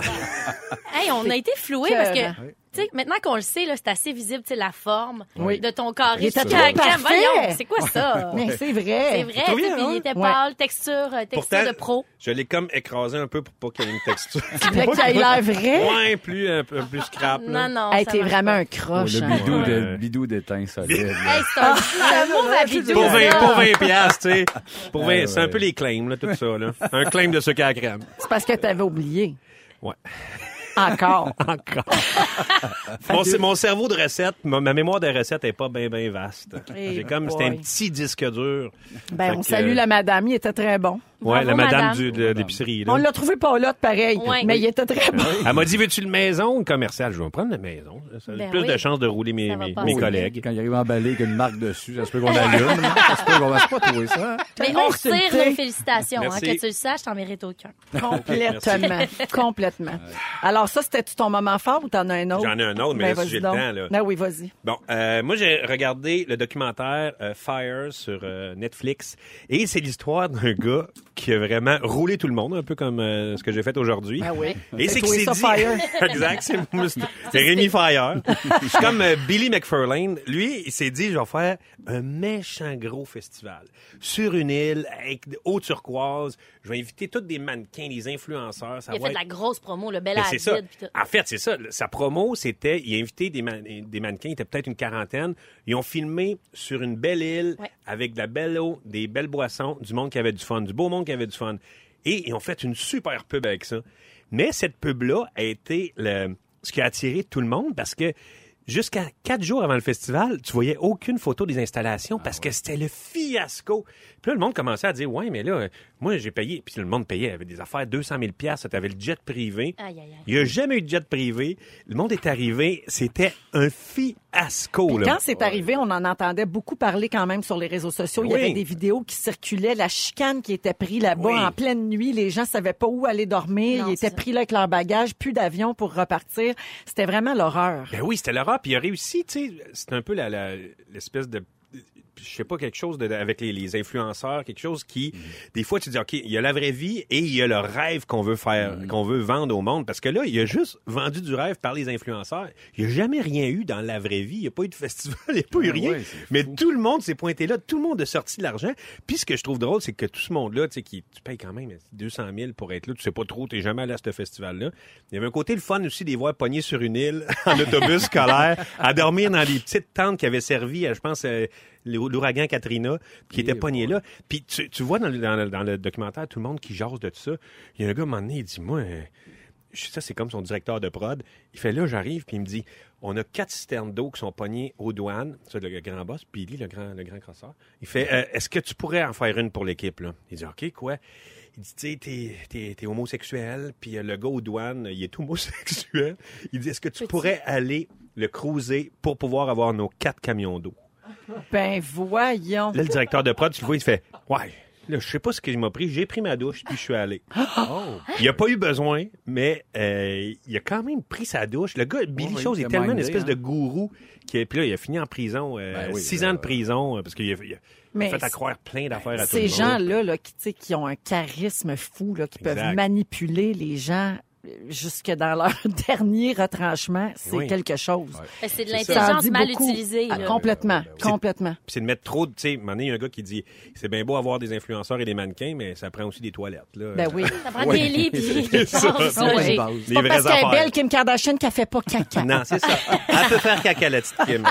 Speaker 5: Hey, on a été floués parce
Speaker 3: Écœurant.
Speaker 5: que, tu sais, maintenant qu'on le sait, là, c'est assez visible, tu sais, la forme
Speaker 3: Oui.
Speaker 5: de ton carré.
Speaker 3: Il était
Speaker 5: Sucre à
Speaker 3: tout
Speaker 5: crème.
Speaker 3: parfait.
Speaker 5: Voyons, c'est quoi ça?
Speaker 3: Mais c'est
Speaker 5: C'est
Speaker 3: vrai.
Speaker 5: vrai,
Speaker 4: trouvé,
Speaker 5: tu sais, puis
Speaker 4: hein?
Speaker 5: il était
Speaker 3: Ouais.
Speaker 5: pâle, texture, euh, texture
Speaker 4: Pourtant,
Speaker 5: de pro.
Speaker 4: je l'ai comme écrasé un peu pour pas qu'il y ait une texture.
Speaker 3: Tu voulais que ça ait l'air vrai?
Speaker 4: Moins plus, un peu plus scrap.
Speaker 5: Non,
Speaker 4: là.
Speaker 5: non.
Speaker 3: Hey,
Speaker 5: ça
Speaker 3: t'es
Speaker 5: marche
Speaker 3: vraiment
Speaker 5: pas.
Speaker 3: un croche.
Speaker 2: Le
Speaker 3: hein.
Speaker 2: bidou, de,
Speaker 4: Ouais.
Speaker 2: bidou d'étain solide.
Speaker 5: Hey, c'est
Speaker 3: Ah,
Speaker 5: un, c'est un
Speaker 3: hein.
Speaker 5: mauvais bidou,
Speaker 4: Pour 20,
Speaker 5: ça.
Speaker 4: pour 20 piastres, tu sais. Pour 20,
Speaker 2: Ouais,
Speaker 4: c'est un
Speaker 2: ouais.
Speaker 4: peu les claims, là, tout ça, là. Un claim de sucre à crème.
Speaker 3: C'est parce que t'avais oublié.
Speaker 4: Ouais.
Speaker 3: Encore.
Speaker 4: Encore. mon, mon cerveau de recette, ma, ma mémoire de recette est pas bien, bien vaste.
Speaker 3: Eh
Speaker 4: J'ai comme, c'était un
Speaker 3: boy.
Speaker 4: petit disque dur.
Speaker 3: Ben,
Speaker 4: Fait
Speaker 3: on
Speaker 4: que-
Speaker 3: salue la madame, il était très bon.
Speaker 4: Ouais,
Speaker 5: Bravo,
Speaker 4: la madame,
Speaker 5: madame.
Speaker 4: du- de l'épicerie, là.
Speaker 3: On l'a trouvé pas là, pareil,
Speaker 5: Ouais.
Speaker 3: mais il était très bon.
Speaker 4: Elle m'a dit, veux-tu le maison ou le commercial? Je vais me prendre le maison. Ça a
Speaker 5: Ben
Speaker 4: plus de
Speaker 5: oui.
Speaker 4: chances de rouler mes,
Speaker 5: Ça va
Speaker 4: mes-
Speaker 5: passer.
Speaker 4: mes
Speaker 5: Oui.
Speaker 4: collègues.
Speaker 2: Ah Quand il arrive emballé avec une marque dessus, ça se peut qu'on allume. là. Ça se peut qu'on va pas trouver ça. hein.
Speaker 5: Mais on
Speaker 3: Insulté.
Speaker 5: retire nos félicitations. hein,
Speaker 4: Merci.
Speaker 5: que tu le saches, t'en mérites aucun.
Speaker 3: Complètement. Complètement. Alors, ça, c'était-tu ton moment fort ou t'en as un autre?
Speaker 4: J'en ai un autre, mais là, si
Speaker 3: vas-y
Speaker 4: j'ai le
Speaker 3: donc.
Speaker 4: temps, là.
Speaker 3: Ben oui, vas-y.
Speaker 4: Bon, euh, moi j'ai regardé le documentaire euh, Fire sur euh, Netflix et c'est l'histoire d'un gars qui a vraiment roulé tout le monde, un peu comme euh, ce que j'ai fait aujourd'hui.
Speaker 3: Ben oui.
Speaker 4: Et c'est qu'il
Speaker 3: toi
Speaker 4: s'est
Speaker 3: ça,
Speaker 4: dit...
Speaker 3: Fire.
Speaker 4: exact, c'est c'est Rémi Fire. C'est comme euh, Billy McFarlane. Lui, il s'est dit, je vais faire un méchant gros festival sur une île avec eau turquoise. Je vais inviter tous des mannequins, des influenceurs. Ça
Speaker 5: Il a
Speaker 4: va
Speaker 5: fait de
Speaker 4: être
Speaker 5: la grosse promo, le bel
Speaker 4: Ah mais c'est ça.
Speaker 5: Avid. puis tout.
Speaker 4: En fait, c'est ça. Le- Sa promo, c'était, il a invité des, man- des mannequins, il était peut-être une quarantaine. Ils ont filmé sur une belle île
Speaker 5: Ouais.
Speaker 4: avec de la belle eau, des belles boissons, du monde qui avait du fun, du beau monde qui avait du fun. Et ils ont fait une super pub avec ça. Mais cette pub-là a été le- ce qui a attiré tout le monde parce que jusqu'à quatre jours avant le festival, tu voyais aucune photo des installations parce que c'était le fiasco. Puis là, le monde commençait à dire, ouais, mais là, euh, moi, j'ai payé. Puis le monde payait, avait des affaires, 200 000 Tu avais le jet privé.
Speaker 5: Aïe, aïe, aïe.
Speaker 4: Il n'y a jamais eu de jet privé. Le monde est arrivé. C'était un fiasco.
Speaker 3: Quand
Speaker 4: Oh, Là.
Speaker 3: c'est arrivé, on en entendait beaucoup parler quand même sur les réseaux sociaux. Il y
Speaker 4: Oui.
Speaker 3: avait des vidéos qui circulaient, la chicane qui était prise là-bas
Speaker 4: Oui.
Speaker 3: en pleine nuit. Les gens savaient pas où aller dormir.
Speaker 5: Non,
Speaker 3: Ils étaient
Speaker 5: c'est
Speaker 3: pris là avec leur bagage, plus d'avion pour repartir. C'était vraiment l'horreur.
Speaker 4: Ben oui, c'était l'horreur. Puis il a réussi. tu sais, C'est un peu la- la- l'espèce de je sais pas, quelque chose de- avec les, les influenceurs, quelque chose qui,
Speaker 2: Mm-hmm.
Speaker 4: des fois, tu dis, OK, il y a la vraie vie et il y a le rêve qu'on veut faire,
Speaker 2: Mm-hmm.
Speaker 4: qu'on veut vendre au monde. Parce que là, il a juste vendu du rêve par les influenceurs. Il n'y a jamais rien eu dans la vraie vie. Il n'y a pas eu de festival, il n'y a pas eu
Speaker 2: Ah
Speaker 4: rien.
Speaker 2: ouais, c'est
Speaker 4: Mais
Speaker 2: fou.
Speaker 4: tout le monde s'est pointé là. Tout le monde a sorti de l'argent. Puis ce que je trouve drôle, c'est que tout ce monde-là, tu sais, qui, tu payes quand même 200 000 pour être là. Tu sais pas trop, t'es jamais allé à ce festival-là. Il y avait un côté le fun aussi des voir pognés sur une île en autobus scolaire, à dormir dans des petites tentes qui avaient servi à, je pense, euh, l'ou- l'ouragan Katrina, qui était pogné là. Puis tu, tu vois dans le, dans le- dans le documentaire tout le monde qui jase de tout ça. Il y a un gars, à un moment donné, il dit, moi, euh, je- ça, c'est comme son directeur de prod. Il fait là, j'arrive, puis il me dit on a quatre citernes d'eau qui sont pognées aux douanes. Ça, le grand boss, puis il lit le grand, le grand crosseur. Il fait Euh, est-ce que tu pourrais en faire une pour l'équipe là? Il dit OK, quoi Il dit tu sais, t'es- t'es t'es homosexuel, puis euh, le gars aux douanes, il est homosexuel. Il dit est-ce que tu pourrais aller le cruiser pour pouvoir avoir nos quatre camions d'eau
Speaker 3: Ben voyons.
Speaker 4: Là, le directeur de prod, tu le vois, il fait Ouais. Là, je sais pas ce qu'il m'a pris. J'ai pris ma douche, puis je suis allé.
Speaker 2: Oh.
Speaker 4: Il n'a pas eu besoin, mais euh, il a quand même pris sa douche. Le gars, Billy
Speaker 2: ouais,
Speaker 4: Chose,
Speaker 2: il
Speaker 4: est
Speaker 2: était
Speaker 4: tellement une
Speaker 2: mindé,
Speaker 4: espèce
Speaker 2: hein.
Speaker 4: de gourou. Qui, puis là, il a fini en prison. euh,
Speaker 2: Ben oui,
Speaker 4: six
Speaker 2: ben,
Speaker 4: ans de prison, euh, parce qu'il a, il a
Speaker 3: Mais ben,
Speaker 4: fait à croire plein d'affaires à tout le
Speaker 3: Ces
Speaker 4: monde.
Speaker 3: gens-là là, qui, tu sais, qui ont un charisme fou, là, qui
Speaker 4: Exact.
Speaker 3: peuvent manipuler les gens euh, jusque dans leur dernier retranchement, c'est
Speaker 4: Eh Oui.
Speaker 3: quelque chose.
Speaker 5: Fait que Ben, C'est de
Speaker 4: C'est ça.
Speaker 3: Ça en
Speaker 5: l'intelligence
Speaker 3: dit
Speaker 5: mal
Speaker 3: beaucoup.
Speaker 5: utilisée.
Speaker 3: Ah,
Speaker 5: là.
Speaker 3: complètement, complètement.
Speaker 4: Puis c'est de mettre trop de. Tu sais, à un moment donné, il y a un gars qui dit C'est bien beau avoir des influenceurs et des mannequins, mais ça prend aussi des toilettes. Là.
Speaker 3: Ben oui.
Speaker 5: Ça prend
Speaker 2: Ouais.
Speaker 5: des lits, puis des
Speaker 4: ça.
Speaker 5: choses,
Speaker 6: Ah
Speaker 5: là,
Speaker 6: ouais.
Speaker 5: j'ai-
Speaker 4: Les
Speaker 3: Pas parce
Speaker 4: vraies
Speaker 3: qu'elle est
Speaker 4: affaires.
Speaker 3: belle Kim Kardashian qu'elle fait pas caca.
Speaker 4: Non, c'est ça. Elle peut faire caca, la petite Kim.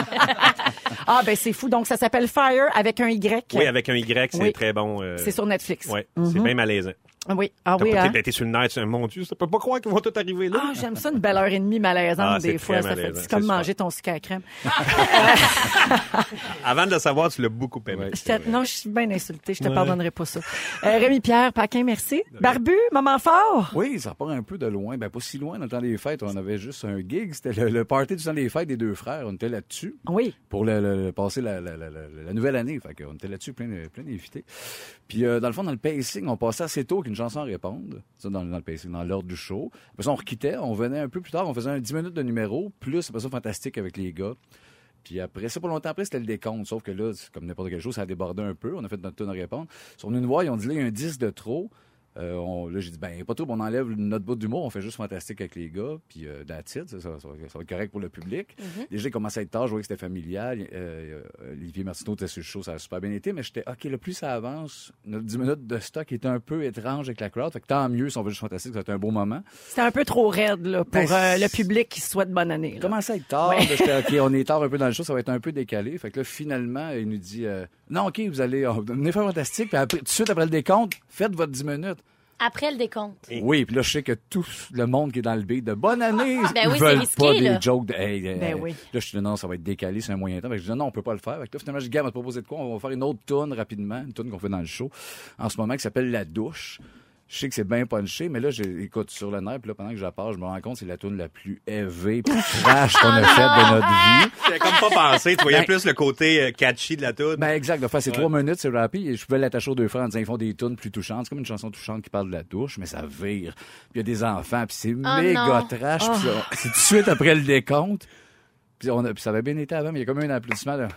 Speaker 3: Ah ben c'est fou. Donc ça s'appelle Fire avec un Y.
Speaker 4: Oui, avec un Y, c'est
Speaker 3: Oui.
Speaker 4: très bon. euh,
Speaker 3: C'est sur Netflix.
Speaker 4: Ouais, c'est bien malaisant.
Speaker 3: Oui. Mm-hmm. Ah
Speaker 4: T'as
Speaker 3: oui.
Speaker 4: pas
Speaker 3: hein?
Speaker 4: été- t'es sur le nerf, tu sais, mon Dieu, ça peut pas croire qu'ils vont tout arriver là.
Speaker 3: Ah, j'aime ça, une belle heure et demie malaisante,
Speaker 4: Ah, c'est
Speaker 3: des fois.
Speaker 4: très
Speaker 3: ça fait
Speaker 4: malaisant,
Speaker 3: c'est comme
Speaker 4: c'est
Speaker 3: manger ton sucre à crème. Ah!
Speaker 4: Avant de le savoir, tu l'as beaucoup aimé.
Speaker 2: Ouais.
Speaker 3: Je t'ai- non, je suis bien insultée, je te
Speaker 4: Ouais.
Speaker 3: pardonnerai pas ça. Euh, Rémi-Pierre Paquin, merci. Barbu, moment fort.
Speaker 2: Oui, ça part un peu de loin. Ben, pas si loin. Dans le temps des fêtes, on avait juste un gig. C'était le, le party du temps des fêtes des deux frères. On était là-dessus.
Speaker 3: Oui.
Speaker 2: pour le, le- le- passer la, la- la- la- la nouvelle année. Fait qu'on était là-dessus plein, de- plein d'invités. Puis euh, dans le fond, dans le pacing, on passait assez tôt qu'une chanson réponde. Ça, dans, dans le pacing, dans l'ordre du show. Après ça, on requittait, on venait un peu plus tard, on faisait un 10 minutes de numéro, plus après ça, fantastique avec les gars. Puis après ça, pas longtemps après, c'était le décompte. Sauf que là, c'est comme n'importe quel chose, ça a débordé un peu. On a fait notre tour de répondre. Ils sont venus nous voir, ils ont dit là, il y a un 10 de trop. Euh, on- là, j'ai dit, ben, pas trop, on enlève notre bout d'humour, on fait juste fantastique avec les gars, puis euh, that's it, ça, ça- ça- ça va être correct pour le public. Déjà, il commençait à être tard, je voyais que c'était familial. Euh, euh, Olivier Martineau était sur le show, ça a super bien été, mais j'étais, OK, le plus ça avance, notre 10 minutes de stock est un peu étrange avec la crowd, fait que tant mieux si on veut juste fantastique, ça va être un beau moment.
Speaker 3: C'était un peu trop raide là, pour
Speaker 2: Ben,
Speaker 3: euh,
Speaker 2: c'est-
Speaker 3: le public qui souhaite bonne année. là.
Speaker 2: Il commençait à être tard.
Speaker 3: Ouais.
Speaker 2: là, j'étais, OK, on est tard un peu dans le show, ça va être un peu décalé. Fait que là, finalement, il nous dit euh, Non, OK, vous allez on, venez faire fantastique, puis après, tout de suite après le décompte, faites votre 10 minutes.
Speaker 5: Après le décompte.
Speaker 2: Oui, puis là, je sais que tout le monde qui est dans le beat de bonne année,
Speaker 5: Ben
Speaker 2: ils
Speaker 5: oui, c'est
Speaker 2: veulent
Speaker 5: risqué,
Speaker 2: pas
Speaker 5: là.
Speaker 2: des jokes de hey, euh,
Speaker 3: Ben oui.
Speaker 2: Là, je suis dit, non, ça va être décalé, c'est un moyen temps. Fait que je dis non, on peut pas le faire. Fait que là, finalement, je dis, gars, on va te proposer de quoi? On va faire une autre tourne rapidement, une tourne qu'on fait dans le show en ce moment qui s'appelle La douche. Je sais que c'est bien punché, mais là, j'écoute sur le nerf, puis là, pendant que je la passe, je me rends compte que c'est la tourne la plus élevée, plus trash qu'on a faite de notre vie.
Speaker 4: J'avais comme pas pensé. Tu voyais
Speaker 2: Ben-
Speaker 4: plus le côté euh, catchy de la toune.
Speaker 2: Ben exact, de faire ces
Speaker 4: Ouais.
Speaker 2: trois minutes, c'est rapide. Et je pouvais l'attacher aux deux frères en disant ils font des tunes plus touchantes. C'est comme une chanson touchante qui parle de la douche, mais ça vire. Puis il y a des enfants, puis c'est méga
Speaker 5: Oh non. Oh.
Speaker 2: trash. puis ça- c'est tout de suite après le décompte. Puis, on a- puis ça avait bien été avant, mais il y a comme eu un applaudissement de...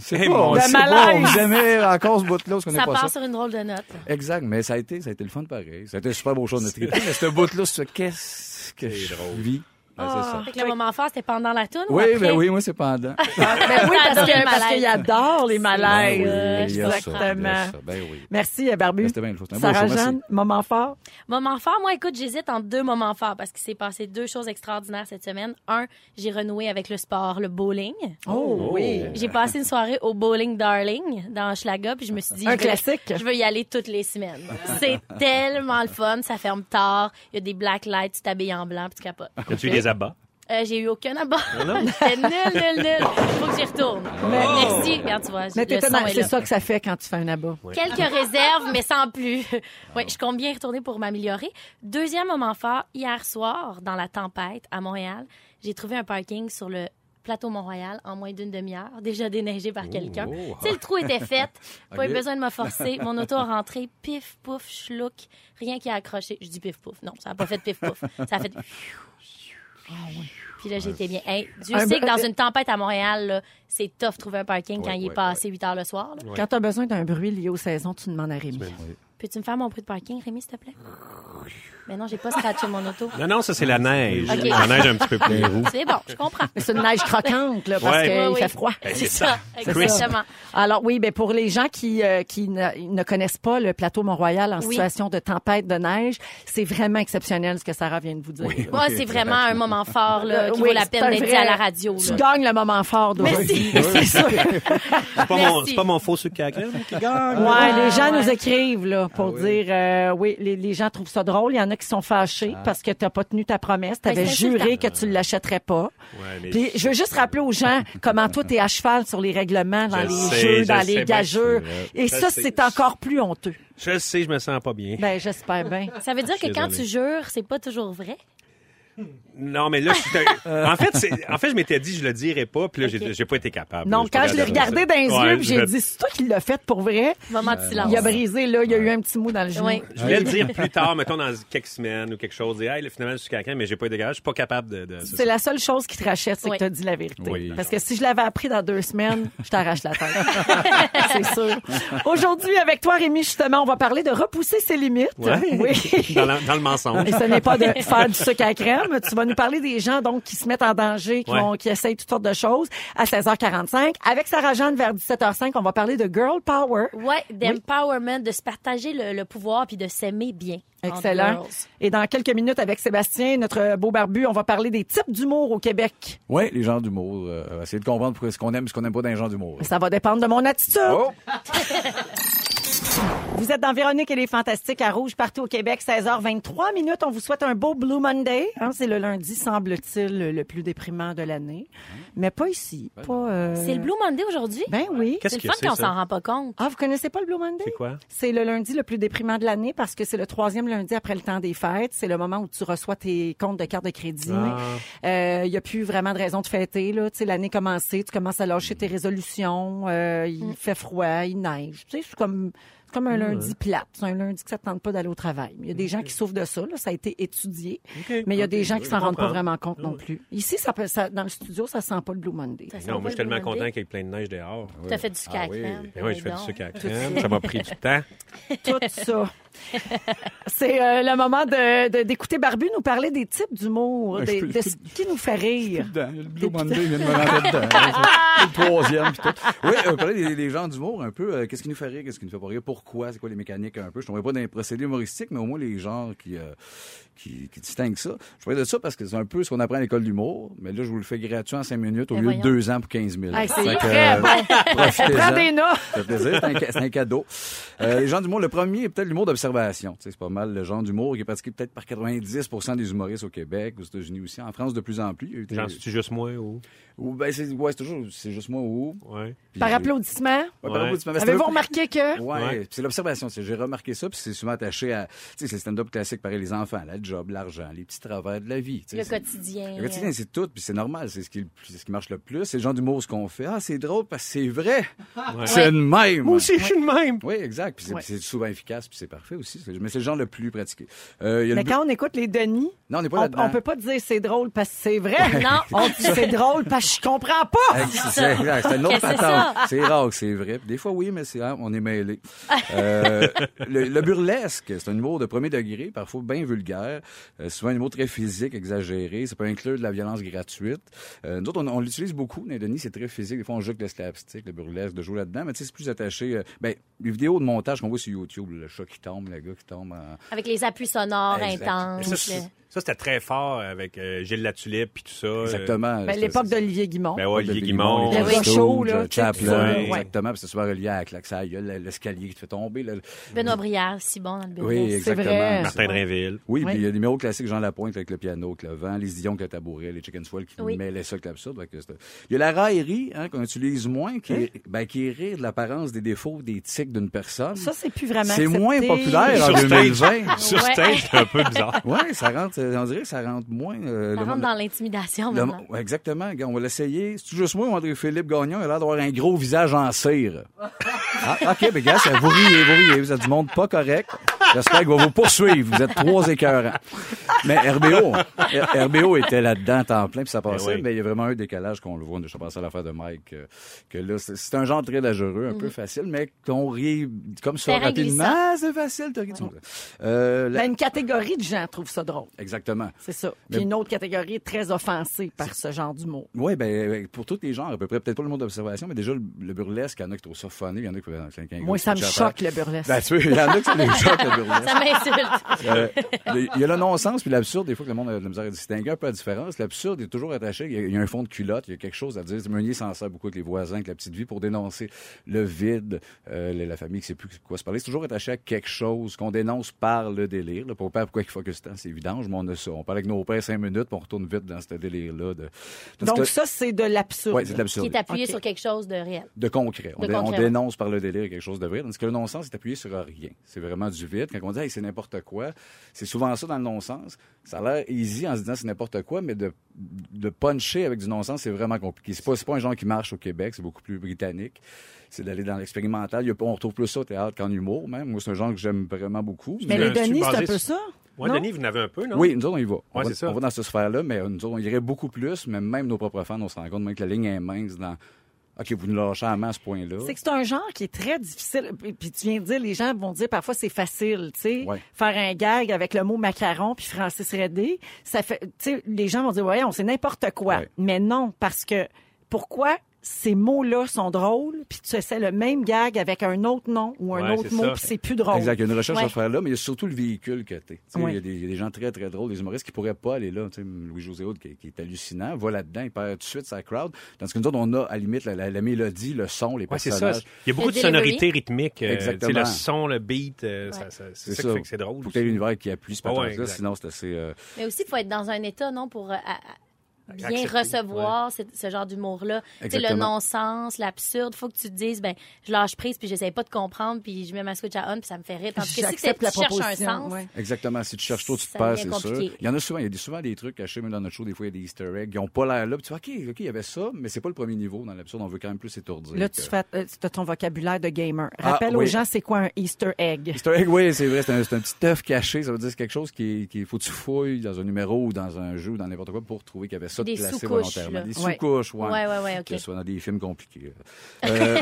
Speaker 2: C'est
Speaker 4: Hey,
Speaker 2: pas,
Speaker 4: mon
Speaker 2: on
Speaker 4: Dieu.
Speaker 2: sait pas, on vous aimait encore ce bout-là, parce qu'on n'est
Speaker 5: Ça
Speaker 2: pas ça.
Speaker 5: part sur une drôle de note.
Speaker 2: Exact, mais ça a été, ça a été le fun pareil. Ça a été un super beau show de notre équipe. Mais ce bout-là, c'est qu'est-ce que je vis. Ben, c'est
Speaker 3: Ah.
Speaker 2: ça.
Speaker 5: Fait que le moment fort, c'était pendant la toune ou
Speaker 2: Oui,
Speaker 5: Ah. après?
Speaker 2: ben oui, moi c'est pendant.
Speaker 3: Ben oui, parce
Speaker 5: J'adore les
Speaker 3: que- parce qu'il
Speaker 5: malaises.
Speaker 3: adore les malaises.
Speaker 2: Ben oui, il y a ça, il y a
Speaker 3: Exactement.
Speaker 2: ça. Ben oui.
Speaker 3: Merci, euh, Barbu.
Speaker 2: C'était bien le fun. C'était un beau show, merci.
Speaker 3: Sarah-Jeanne, moment fort.
Speaker 5: Moment fort, moi, écoute, j'hésite en deux moments forts parce qu'il s'est passé deux choses extraordinaires cette semaine. Un, j'ai renoué avec le sport, le bowling.
Speaker 3: Oh, oui.
Speaker 5: J'ai passé une soirée au Bowling Darling dans Schlaga, puis je me suis dit...
Speaker 3: Un
Speaker 5: je vais-
Speaker 3: classique.
Speaker 5: Je veux y aller toutes les semaines. C'est tellement le fun, ça ferme tard, il y a des black lights, tu t'habilles en blanc, puis tu capotes.
Speaker 4: As-tu eu des abats?
Speaker 5: Euh, j'ai eu aucun abat. C'était nul, nul, nul. Faut que j'y retourne. Merci. Regarde, tu vois,
Speaker 3: Mais
Speaker 5: le
Speaker 3: t'étais
Speaker 5: son
Speaker 3: dans-
Speaker 5: est
Speaker 3: c'est
Speaker 5: là.
Speaker 3: ça que ça fait quand tu fais un abat.
Speaker 5: Quelques
Speaker 2: Ah.
Speaker 5: réserves, mais sans plus. oui, je compte bien y retourner pour m'améliorer. Deuxième moment fort, hier soir, dans la tempête à Montréal, j'ai trouvé un parking sur le plateau Mont-Royal en moins d'une demi-heure, déjà déneigé par quelqu'un.
Speaker 2: oh.
Speaker 5: Tu sais, le trou était fait. Pas eu
Speaker 2: Ok.
Speaker 5: besoin de me forcer. Mon auto a rentré, pif, pouf, schlouk. Rien qui a accroché. Je dis pif, pouf. Non, ça n'a pas fait pif, pouf. Ça a fait... Ah Puis là, j'étais bien. Hey, Dieu
Speaker 3: Un
Speaker 5: sait que
Speaker 3: br-
Speaker 5: dans une tempête à Montréal, là, c'est tough trouver un parking quand
Speaker 2: Ouais,
Speaker 5: il est
Speaker 2: ouais,
Speaker 5: passé 8 heures le soir. là.
Speaker 4: Ouais.
Speaker 3: Quand t'as besoin d'un bruit lié aux saisons, tu demandes à Rémi.
Speaker 5: Peux-tu me faire mon bruit de parking, Rémi, s'il te plaît? Mais non, j'ai pas scratché mon auto.
Speaker 4: Non, non, ça, c'est la neige.
Speaker 5: Ok.
Speaker 4: La neige un petit peu plus.
Speaker 5: C'est bon, je comprends.
Speaker 3: Mais c'est une neige croquante, là, parce
Speaker 4: Ouais.
Speaker 3: qu'il
Speaker 5: Oui, oui.
Speaker 3: fait froid.
Speaker 2: Ben,
Speaker 5: C'est ça,
Speaker 3: ça.
Speaker 5: exactement.
Speaker 3: Alors oui, ben pour les gens qui, euh, qui ne, ne connaissent pas le plateau Mont-Royal en
Speaker 5: Oui.
Speaker 3: situation de tempête de neige, c'est vraiment exceptionnel ce que Sarah vient de vous dire.
Speaker 5: Moi, c'est vraiment un moment fort là,
Speaker 3: Euh,
Speaker 5: qui
Speaker 3: oui,
Speaker 5: vaut la
Speaker 3: c'est
Speaker 5: peine
Speaker 3: un
Speaker 5: d'être
Speaker 3: vrai-
Speaker 5: dit à la radio.
Speaker 3: Tu
Speaker 5: là.
Speaker 3: gagnes le moment fort d'aujourd'hui. C'est sûr.
Speaker 4: C'est pas, mon-
Speaker 5: Merci.
Speaker 4: c'est pas mon faux sucre à la crème qui gagne.
Speaker 3: Ouais, les gens
Speaker 5: ouais.
Speaker 3: nous écrivent là
Speaker 4: Ah
Speaker 3: pour dire euh, oui, les, les gens trouvent ça drôle, il y en a qui sont fâchés
Speaker 4: Ah.
Speaker 3: parce que t'as pas tenu ta promesse, t'avais
Speaker 5: Ben, c'est
Speaker 3: juré que tu l'achèterais pas.
Speaker 4: Ouais, mais-
Speaker 3: Puis je veux juste rappeler aux gens comment toi t'es à cheval sur les règlements dans
Speaker 4: Je
Speaker 3: les
Speaker 4: sais,
Speaker 3: jeux,
Speaker 4: je
Speaker 3: dans
Speaker 4: sais
Speaker 3: les
Speaker 4: bien.
Speaker 3: gageurs et
Speaker 4: Je
Speaker 3: ça
Speaker 4: sais.
Speaker 3: c'est encore plus honteux.
Speaker 4: Je le sais, je me sens pas bien.
Speaker 3: Ben j'espère bien.
Speaker 4: Ah,
Speaker 5: Ça veut dire que
Speaker 4: suis
Speaker 5: quand
Speaker 4: désolé.
Speaker 5: tu jures, c'est pas toujours vrai.
Speaker 4: Non, mais là, je suis- en, fait, c'est- en fait, je m'étais dit, je le dirai pas, puis là, j'ai-
Speaker 5: Ok.
Speaker 4: j'ai pas été capable.
Speaker 3: Non,
Speaker 4: J'ai pas
Speaker 3: quand je l'ai regardé dans les
Speaker 4: Ouais,
Speaker 3: yeux, puis j'ai
Speaker 4: je-
Speaker 3: dit c'est toi qui l'as fait pour vrai.
Speaker 4: Euh,
Speaker 5: Moment de silence.
Speaker 3: Il a brisé là, il y a eu un petit mot dans le genou.
Speaker 5: Oui.
Speaker 4: Je voulais le dire plus tard, mettons dans quelques semaines ou quelque chose, dire, hey, là, finalement, je suis quelqu'un, mais j'ai pas été capable, je suis pas capable de. de-
Speaker 3: C'est la seule chose qui te rachète, c'est
Speaker 5: Oui.
Speaker 3: que tu as dit la vérité.
Speaker 2: Oui.
Speaker 3: Parce que si je l'avais appris dans deux semaines, je t'arrache la tête. c'est sûr. Aujourd'hui, avec toi, Rémi, justement, on va parler de repousser ses limites.
Speaker 4: Ouais.
Speaker 3: Oui.
Speaker 4: dans, la- dans le mensonge.
Speaker 3: Et ce n'est pas de faire du sucre à crème. Tu vas nous parler des gens donc qui se mettent en danger, qui,
Speaker 4: Ouais.
Speaker 3: vont- qui essayent toutes sortes de choses à 16h45. Avec Sarah Jeanne, vers 17h05, on va parler de girl power.
Speaker 5: Ouais, d'empowerment, de se partager le, le pouvoir puis de s'aimer bien. entre
Speaker 3: Excellent.
Speaker 5: girls.
Speaker 3: Et dans quelques minutes, avec Sébastien, notre beau barbu, on va parler des types d'humour au Québec.
Speaker 2: Oui, les gens d'humour. euh, essayer de comprendre pourquoi ce qu'on aime, ce qu'on n'aime pas dans les gens d'humour.
Speaker 3: Ça va dépendre de mon attitude.
Speaker 2: Oh!
Speaker 3: Vous êtes dans Véronique et les Fantastiques à Rouge, partout au Québec, 16h23 minutes. On vous souhaite un beau Blue Monday. hein. c'est le lundi, semble-t-il, le- le plus déprimant de l'année.
Speaker 4: Ah.
Speaker 3: Mais pas ici. Pas, euh,
Speaker 5: C'est le Blue Monday aujourd'hui?
Speaker 3: Ben oui.
Speaker 4: Ben Qu'est-ce
Speaker 5: C'est
Speaker 4: que
Speaker 5: le fun
Speaker 4: c'est,
Speaker 5: qu'on
Speaker 4: ça?
Speaker 5: s'en rend pas compte.
Speaker 3: Ah, vous connaissez pas le Blue Monday?
Speaker 4: C'est quoi?
Speaker 3: C'est le lundi le plus déprimant de l'année parce que c'est le troisième lundi après le temps des fêtes. C'est le moment où tu reçois tes comptes de carte de crédit. Euh, Il y a plus vraiment de raison de fêter. là. Tu sais, L'année commencée, tu commences à lâcher tes résolutions. euh, il fait froid, il neige. Tu sais, c'est comme, c'est comme un lundi plate. C'est un lundi que ça ne tente pas d'aller au travail. Il y a des gens qui souffrent de ça. là. Ça a été étudié. Mais il y a des gens qui s'en rendent pas
Speaker 4: comprends.
Speaker 3: vraiment compte non plus. Ici, ça, peut- ça- dans le studio, ça sent pas le Blue Monday.
Speaker 5: Ça sent
Speaker 4: Ben Non,
Speaker 5: pas
Speaker 4: moi, je suis
Speaker 5: le Blue
Speaker 4: tellement content
Speaker 5: Monday.
Speaker 4: qu'il y ait plein de neige dehors.
Speaker 5: T'as fait du sucre à
Speaker 2: Ah oui.
Speaker 5: crème.
Speaker 4: Ben oui, je fais du
Speaker 5: donc.
Speaker 4: sucre à la crème. Ça m'a pris du temps.
Speaker 3: tout ça. C'est euh, le moment de- de- d'écouter Barbu nous parler des types d'humour,
Speaker 2: Ouais,
Speaker 3: des-
Speaker 2: Ben, je peux-
Speaker 3: de
Speaker 2: je
Speaker 3: ce qui nous fait rire.
Speaker 2: dedans. Le Blue Monday vient de me rentrer dedans. le troisième, puis tout. Oui, euh, parler des, des gens d'humour un peu. euh, qu'est-ce qui nous fait rire, qu'est-ce qui nous fait pas rire, pourquoi, c'est quoi les mécaniques un peu. Je ne pas dans les procédés humoristiques, mais au moins les genres qui, euh, qui, qui distinguent ça. Je parlais de ça parce que c'est un peu ce qu'on apprend à l'école d'humour, mais là, je vous le fais gratuit en 5 minutes au
Speaker 5: Ben
Speaker 2: lieu
Speaker 5: voyons.
Speaker 2: de 2 ans pour 15 000.
Speaker 3: Hey, c'est
Speaker 2: Fait que,
Speaker 3: très
Speaker 2: euh,
Speaker 3: bon.
Speaker 2: profitez-en.
Speaker 3: Prends des notes.
Speaker 2: Ça fait plaisir, c'est un, ca- c'est un cadeau. Euh, les gens d'humour, le premier est peut-être l'humour d'observation. Tu sais, C'est pas mal le genre d'humour qui est pratiqué peut-être par 90 des humoristes au Québec, aux États-Unis aussi, en France de plus en plus. Il y a eu des-
Speaker 4: J'en suis juste moi ou.
Speaker 2: ou ben c'est ouais, c'est toujours c'est juste moi ou
Speaker 4: Ouais.
Speaker 2: Puis-
Speaker 3: Par applaudissement,
Speaker 2: Ouais, par
Speaker 4: Ouais.
Speaker 2: applaudissement. Mais Ben, c'est
Speaker 3: avez-vous
Speaker 2: là-
Speaker 3: remarqué que...
Speaker 2: Ouais,
Speaker 4: Ouais.
Speaker 2: puis c'est l'observation. c'est- J'ai remarqué ça, puis c'est souvent attaché à, tu sais, c'est le stand-up classique, pareil, les enfants, la job, l'argent, les petits travers de la vie. tu sais,
Speaker 5: Le
Speaker 2: c'est-
Speaker 5: quotidien.
Speaker 2: Le quotidien, c'est tout, puis c'est normal, c'est ce qui, est le plus- c'est ce qui marche le plus. C'est le genre d'humour, ce qu'on fait. Ah, c'est drôle parce que c'est vrai.
Speaker 5: Ah,
Speaker 2: C'est une même.
Speaker 4: Moi aussi, je suis le même.
Speaker 2: Oui, exact. Puis c'est
Speaker 3: Ouais.
Speaker 2: c'est souvent efficace, puis c'est parfait aussi. C'est- Mais c'est le genre le plus pratiqué. Euh, il y a le ben-
Speaker 3: Mais
Speaker 2: bu-
Speaker 3: ben, quand on écoute les Denis,
Speaker 2: Non, on n'est pas
Speaker 3: on,
Speaker 2: là-dedans.
Speaker 3: on peut pas dire c'est drôle parce que c'est vrai.
Speaker 5: Non.
Speaker 3: On dit c'est drôle parce que je comprends pas.
Speaker 2: Ex- C'est exact, c'est une autre
Speaker 5: Qu'est-ce que c'est ça?
Speaker 2: patente. C'est rare que c'est vrai. Des fois, oui, mais c'est rare, on est mêlé. le, le burlesque, c'est un humour de premier degré, parfois bien vulgaire. Euh, souvent un humour très physique, exagéré. Ça peut inclure de la violence gratuite. Euh, nous autres, on, on l'utilise beaucoup. Dans les Denis, c'est très physique. Des fois, on joue avec le slapstick, le burlesque, de jouer là-dedans. Mais tu sais, c'est plus attaché... euh, ben, les vidéos de montage qu'on voit sur YouTube, le chat qui tombe, le gars qui tombe... en-
Speaker 5: Avec les appuis sonores
Speaker 2: Exact.
Speaker 4: Mais
Speaker 5: intenses.
Speaker 4: Ça, c'est- ça, c'était très fort avec euh, Gilles Latulippe puis tout ça. euh,
Speaker 2: Exactement.
Speaker 3: Ben,
Speaker 2: C'est-
Speaker 3: L'époque
Speaker 2: c'est-
Speaker 3: d'Olivier Guimond.
Speaker 4: Ben ouais, Olivier
Speaker 2: de
Speaker 4: Guimond.
Speaker 3: Le
Speaker 2: Guimond,
Speaker 3: gars
Speaker 2: Stone,
Speaker 3: chaud, là, tu sais, tout ça,
Speaker 2: Chaplin,
Speaker 3: ouais.
Speaker 2: exactement. Puis c'est souvent relié à la claque, ça gueule, l'escalier qui te fait tomber. le-
Speaker 5: Benoît Brière, si bon dans le bureau.
Speaker 2: Oui,
Speaker 3: C'est vrai.
Speaker 2: exactement.
Speaker 4: Martin Drainville.
Speaker 2: Oui,
Speaker 3: Oui.
Speaker 2: puis il y a des numéros classiques, Jean Lapointe avec le piano, avec le vent, les Dion avec le tabouret, les Chicken Swell qui
Speaker 5: Oui.
Speaker 2: mêlaient ça avec l'absurde. Fait que c'était- Il y a la raillerie hein, qu'on utilise moins,
Speaker 4: Hein?
Speaker 2: qui, est, ben, qui est rire de l'apparence des défauts, des tics d'une personne.
Speaker 3: Ça, c'est plus vraiment
Speaker 2: C'est moins
Speaker 3: accepté.
Speaker 2: populaire en
Speaker 4: Sur stage.
Speaker 2: 2020.
Speaker 4: Sur
Speaker 5: Ah, Ouais.
Speaker 4: stage, c'était un peu bizarre.
Speaker 2: oui, ça rentre, euh, on dirait que ça rentre moins. euh,
Speaker 5: Ça
Speaker 2: le
Speaker 5: rentre
Speaker 2: monde-
Speaker 5: dans l'intimidation
Speaker 2: le-
Speaker 5: maintenant.
Speaker 2: ouais, exactement. Regarde, On va l'essayer. C'est juste moi ou André-Philippe Gagnon, il a l'air d'avoir un gros visage en cire. Ah, OK, ben gars, ça- vous riez, vous riez. Vous êtes du monde pas correct. J'espère qu'il va vous poursuivre. Vous êtes trois écœurants. Mais RBO, R- RBO était là-dedans, temps plein, puis ça passait.
Speaker 4: Eh oui.
Speaker 2: Mais il y a vraiment un décalage qu'on le voit. Je pensais à l'affaire de Mike, euh, que là, c'est- c'est un genre très dangereux, un peu facile, mais qu'on rit comme ça
Speaker 5: Terrain
Speaker 2: rapidement.
Speaker 5: glissant.
Speaker 2: Ah, c'est facile, t'as ri de son- Euh, la-
Speaker 3: Ben, une catégorie de gens trouve ça drôle.
Speaker 2: Exactement.
Speaker 3: C'est ça.
Speaker 2: Mais-
Speaker 3: Puis une autre catégorie est très offensée par ce genre d'humour.
Speaker 2: Oui, ben, euh, pour tous les genres, à peu près. Peut-être pas le monde d'observation, mais déjà, le, le burlesque, il y en a qui trouvent ça funny, il y en a qui.
Speaker 3: Moi, ça me choque, le burlesque.
Speaker 2: Ben, tu vois, il y en a qui ça les choque, le burlesque.
Speaker 5: Ça m'insulte.
Speaker 2: Euh, le- Il y a le non-sens puis l'absurde, des fois que le monde a de la misère à distinguer un peu la différence. L'absurde est toujours attaché, il y, a, il y a un fond de culotte, il y a quelque chose à dire. Meunier s'en sert beaucoup avec les voisins, avec la petite vie pour dénoncer le vide, euh, la- la famille qui sait plus quoi se parler. C'est toujours attaché à quelque chose qu'on dénonce par le délire. Là. Pour père, pourquoi il faut que c'est c'est vidange, mais on a ça. On parle avec nos pères cinq minutes, puis on retourne vite dans ce délire-là. De...
Speaker 3: Donc, ça, c'est de l'absurde.
Speaker 2: Oui, c'est de l'absurde.
Speaker 5: Qui est appuyé
Speaker 3: Ok.
Speaker 5: sur quelque chose de réel.
Speaker 2: De concret. On,
Speaker 5: De
Speaker 2: dé- on
Speaker 5: concret, ouais.
Speaker 2: dénonce par le délire quelque chose de vrai. Tandis que le non-sens est appuyé sur rien. C'est vraiment du vide. Quand on dit, Hey, c'est n'importe quoi, c'est souvent ça dans le non-sens. Ça a l'air easy en se disant c'est n'importe quoi, mais de, de puncher avec du non-sens, c'est vraiment compliqué. C'est pas, c'est pas un genre qui marche au Québec, c'est beaucoup plus britannique. C'est d'aller dans l'expérimental. Il y a pas- On retrouve plus ça au théâtre qu'en humour, même. Moi, c'est un genre que j'aime vraiment beaucoup.
Speaker 3: Mais
Speaker 4: le-
Speaker 3: les
Speaker 4: Je suis
Speaker 3: Denis, c'est un
Speaker 4: basé
Speaker 3: peu
Speaker 4: sur-
Speaker 3: ça?
Speaker 4: Ouais,
Speaker 3: Non?
Speaker 4: Denis, vous en avez un peu, non?
Speaker 2: Oui, nous autres, on y va. on,
Speaker 4: Ouais,
Speaker 2: va
Speaker 4: c'est ça.
Speaker 2: on va dans cette sphère-là, mais euh, nous autres, on irait beaucoup plus, mais même nos propres fans, on se rend compte même que la ligne est mince dans OK, vous nous lâchez à main à ce point-là.
Speaker 3: C'est que c'est un genre qui est très difficile. Puis puis tu viens de dire, les gens vont dire parfois c'est facile, tu sais,
Speaker 2: Ouais.
Speaker 3: faire un gag avec le mot macaron puis Francis Redé, ça fait, tu sais, les gens vont dire ouais, on sait n'importe quoi.
Speaker 2: Ouais.
Speaker 3: Mais non, parce que pourquoi ces mots-là sont drôles puis tu essaies le même gag avec un autre nom ou un
Speaker 4: Ouais,
Speaker 3: autre
Speaker 4: c'est
Speaker 3: mot
Speaker 4: ça.
Speaker 3: puis c'est plus drôle.
Speaker 2: Exact, il y a une recherche
Speaker 5: Oh. Ouais.
Speaker 2: à faire là, mais il y a surtout le véhicule que t'es. Tu sais,
Speaker 3: Ouais.
Speaker 2: Il y a des, il y a des gens très, très drôles, des humoristes qui pourraient pas aller là. Tu sais, Louis-José Houd, qui, qui est hallucinant, va là-dedans, il perd tout de suite sa crowd. Tandis que nous autres, on a, à la limite, la, la- la mélodie, le son, les
Speaker 4: Ouais, c'est
Speaker 2: personnages.
Speaker 4: ça. Il y a beaucoup
Speaker 5: Le
Speaker 4: de
Speaker 5: delivery.
Speaker 4: sonorités rythmiques. euh,
Speaker 2: Exactement.
Speaker 4: tu sais, Le son, le beat, euh, ça- ça- c'est ça, qui fait que c'est drôle. Ah
Speaker 2: Faut que t'aies l'univers qui appuie ce
Speaker 4: Ouais,
Speaker 2: pattern-là,
Speaker 4: exact.
Speaker 2: sinon c'est assez... euh,
Speaker 5: Mais aussi, il faut être dans un état, non, pour euh, à- à bien
Speaker 4: Accepter,
Speaker 5: recevoir ce, ce genre d'humour-là. Tu sais, le
Speaker 2: Exactement.
Speaker 5: non-sens, l'absurde. faut que tu te dises, ben, je lâche prise, puis j'essaie pas de comprendre, puis je mets ma switch à on, puis ça me fait rire. Tandis que si
Speaker 3: J'accepte
Speaker 5: tu
Speaker 3: la
Speaker 5: cherches un
Speaker 3: proposition,
Speaker 5: sens,
Speaker 3: ouais.
Speaker 2: Exactement. Si tu cherches trop, tu te
Speaker 5: Ça
Speaker 2: perds, c'est
Speaker 5: devient
Speaker 2: sûr.
Speaker 5: compliqué.
Speaker 2: Il y en a souvent. Il y a des- souvent des trucs cachés, même dans notre show, des fois, il y a des easter eggs. Ils ont pas l'air là. Puis tu vois, OK, OK, il y avait ça, mais c'est pas le premier niveau dans l'absurde. On veut quand même plus étourdir.
Speaker 3: Là,
Speaker 2: que-
Speaker 3: tu fais euh, t'as ton vocabulaire de gamer.
Speaker 2: Ah,
Speaker 3: Rappelle aux
Speaker 2: oui.
Speaker 3: gens c'est quoi un Easter egg.
Speaker 2: Easter egg, oui, c'est vrai, c'est un, c'est un petit œuf caché. Ça veut dire c'est quelque chose qui, est- qui est- faut que tu fouilles dans un numéro ou dans un jeu ou dans n'importe quoi pour trouver qu'il y avait ça de
Speaker 5: Des
Speaker 2: placé
Speaker 5: sous-couches,
Speaker 2: volontairement.
Speaker 5: là.
Speaker 2: Des
Speaker 3: Ouais.
Speaker 2: sous-couches, ouais.
Speaker 5: Ouais, ouais, ouais, ok.
Speaker 2: Que ce soit dans des films compliqués. Euh,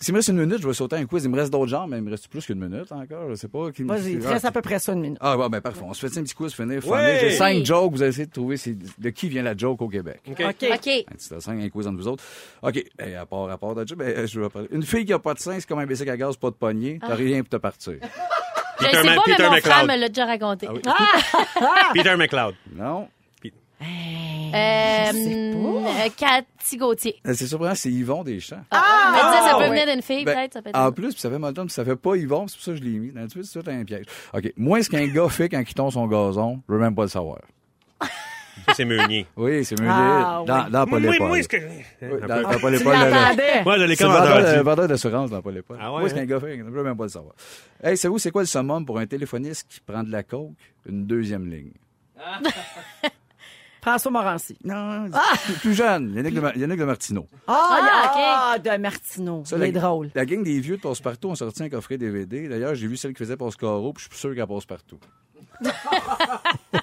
Speaker 2: si me reste une minute, je vais sauter un quiz. Il me reste d'autres genres, mais il me reste plus qu'une minute encore. Je sais pas. Qui me-
Speaker 3: Vas-y, il te reste à peu près ça une minute.
Speaker 2: Ah, ouais, ben parfait. On se fait un petit quiz pour finir.
Speaker 4: Ouais!
Speaker 2: Funny. J'ai cinq
Speaker 5: Oui.
Speaker 2: jokes. Vous allez essayer de trouver c'est de qui vient la joke au Québec.
Speaker 4: OK.
Speaker 5: OK.
Speaker 2: Un petit cinq, un quiz entre vous autres. OK. Eh, à part, à part de ça, ben, euh, je vais parler. Une fille qui a pas de sein, c'est comme un bicycle à gaz, pas de poignée.
Speaker 5: Ah.
Speaker 2: T'as rien pour te partir.
Speaker 5: Je le
Speaker 4: Peter
Speaker 5: sais
Speaker 4: Ma-
Speaker 5: pas,
Speaker 4: Peter
Speaker 5: mais mon frère
Speaker 4: McLeod.
Speaker 5: me l'a déjà raconté.
Speaker 4: Peter McLeod.
Speaker 2: Non.
Speaker 5: Euh, euh, Cathy Gauthier.
Speaker 2: Euh, C'est surprenant, c'est Yvon Deschamps.
Speaker 5: Ah! Mais tu sais, ça peut
Speaker 2: ouais.
Speaker 5: venir d'une fille,
Speaker 2: Ben,
Speaker 5: peut-être. Ça peut être...
Speaker 2: en plus, puis ça fait mal de temps, puis ça fait pas Yvon, c'est pour ça que je l'ai mis. Dans le tweet, c'est tout un piège. OK. Moi, ce qu'un gars fait quand il tombe son gazon, je veux même pas le savoir.
Speaker 4: Ça, c'est Meunier.
Speaker 2: Oui, c'est mieux
Speaker 3: Ah,
Speaker 2: dans,
Speaker 3: oui.
Speaker 2: dans Paul
Speaker 4: Moi,
Speaker 2: Épaule.
Speaker 4: moi, ce que.
Speaker 2: Oui,
Speaker 4: Un
Speaker 2: dans,
Speaker 4: peu.
Speaker 2: dans Paul
Speaker 3: Tu
Speaker 2: Épaule, le-
Speaker 3: l'entendais?
Speaker 4: Moi, je l'ai
Speaker 2: C'est euh, le vendeur,
Speaker 4: commandé.
Speaker 2: le vendeur d'assurance dans Paul Épaule.
Speaker 4: Ah ouais,
Speaker 2: Moi, ce qu'un
Speaker 4: hein?
Speaker 2: gars fait, je veux même pas le savoir. Hey, savez-vous, c'est quoi le summum pour un téléphoniste qui prend de la coke? Une deuxième ligne.
Speaker 3: François Morancy.
Speaker 2: Non, c'est plus jeune, Yannick, de, Mar- Yannick de Martineau.
Speaker 3: Ah,
Speaker 5: Ah,
Speaker 3: ah, de Martineau.
Speaker 2: Ça,
Speaker 3: Il
Speaker 2: la-
Speaker 3: est drôle.
Speaker 2: La gang des vieux de Passe-Partout ont sorti un coffret DVD. D'ailleurs, j'ai vu celle qui faisait Passe-Caro, puis je suis sûr qu'elle Passe-Partout.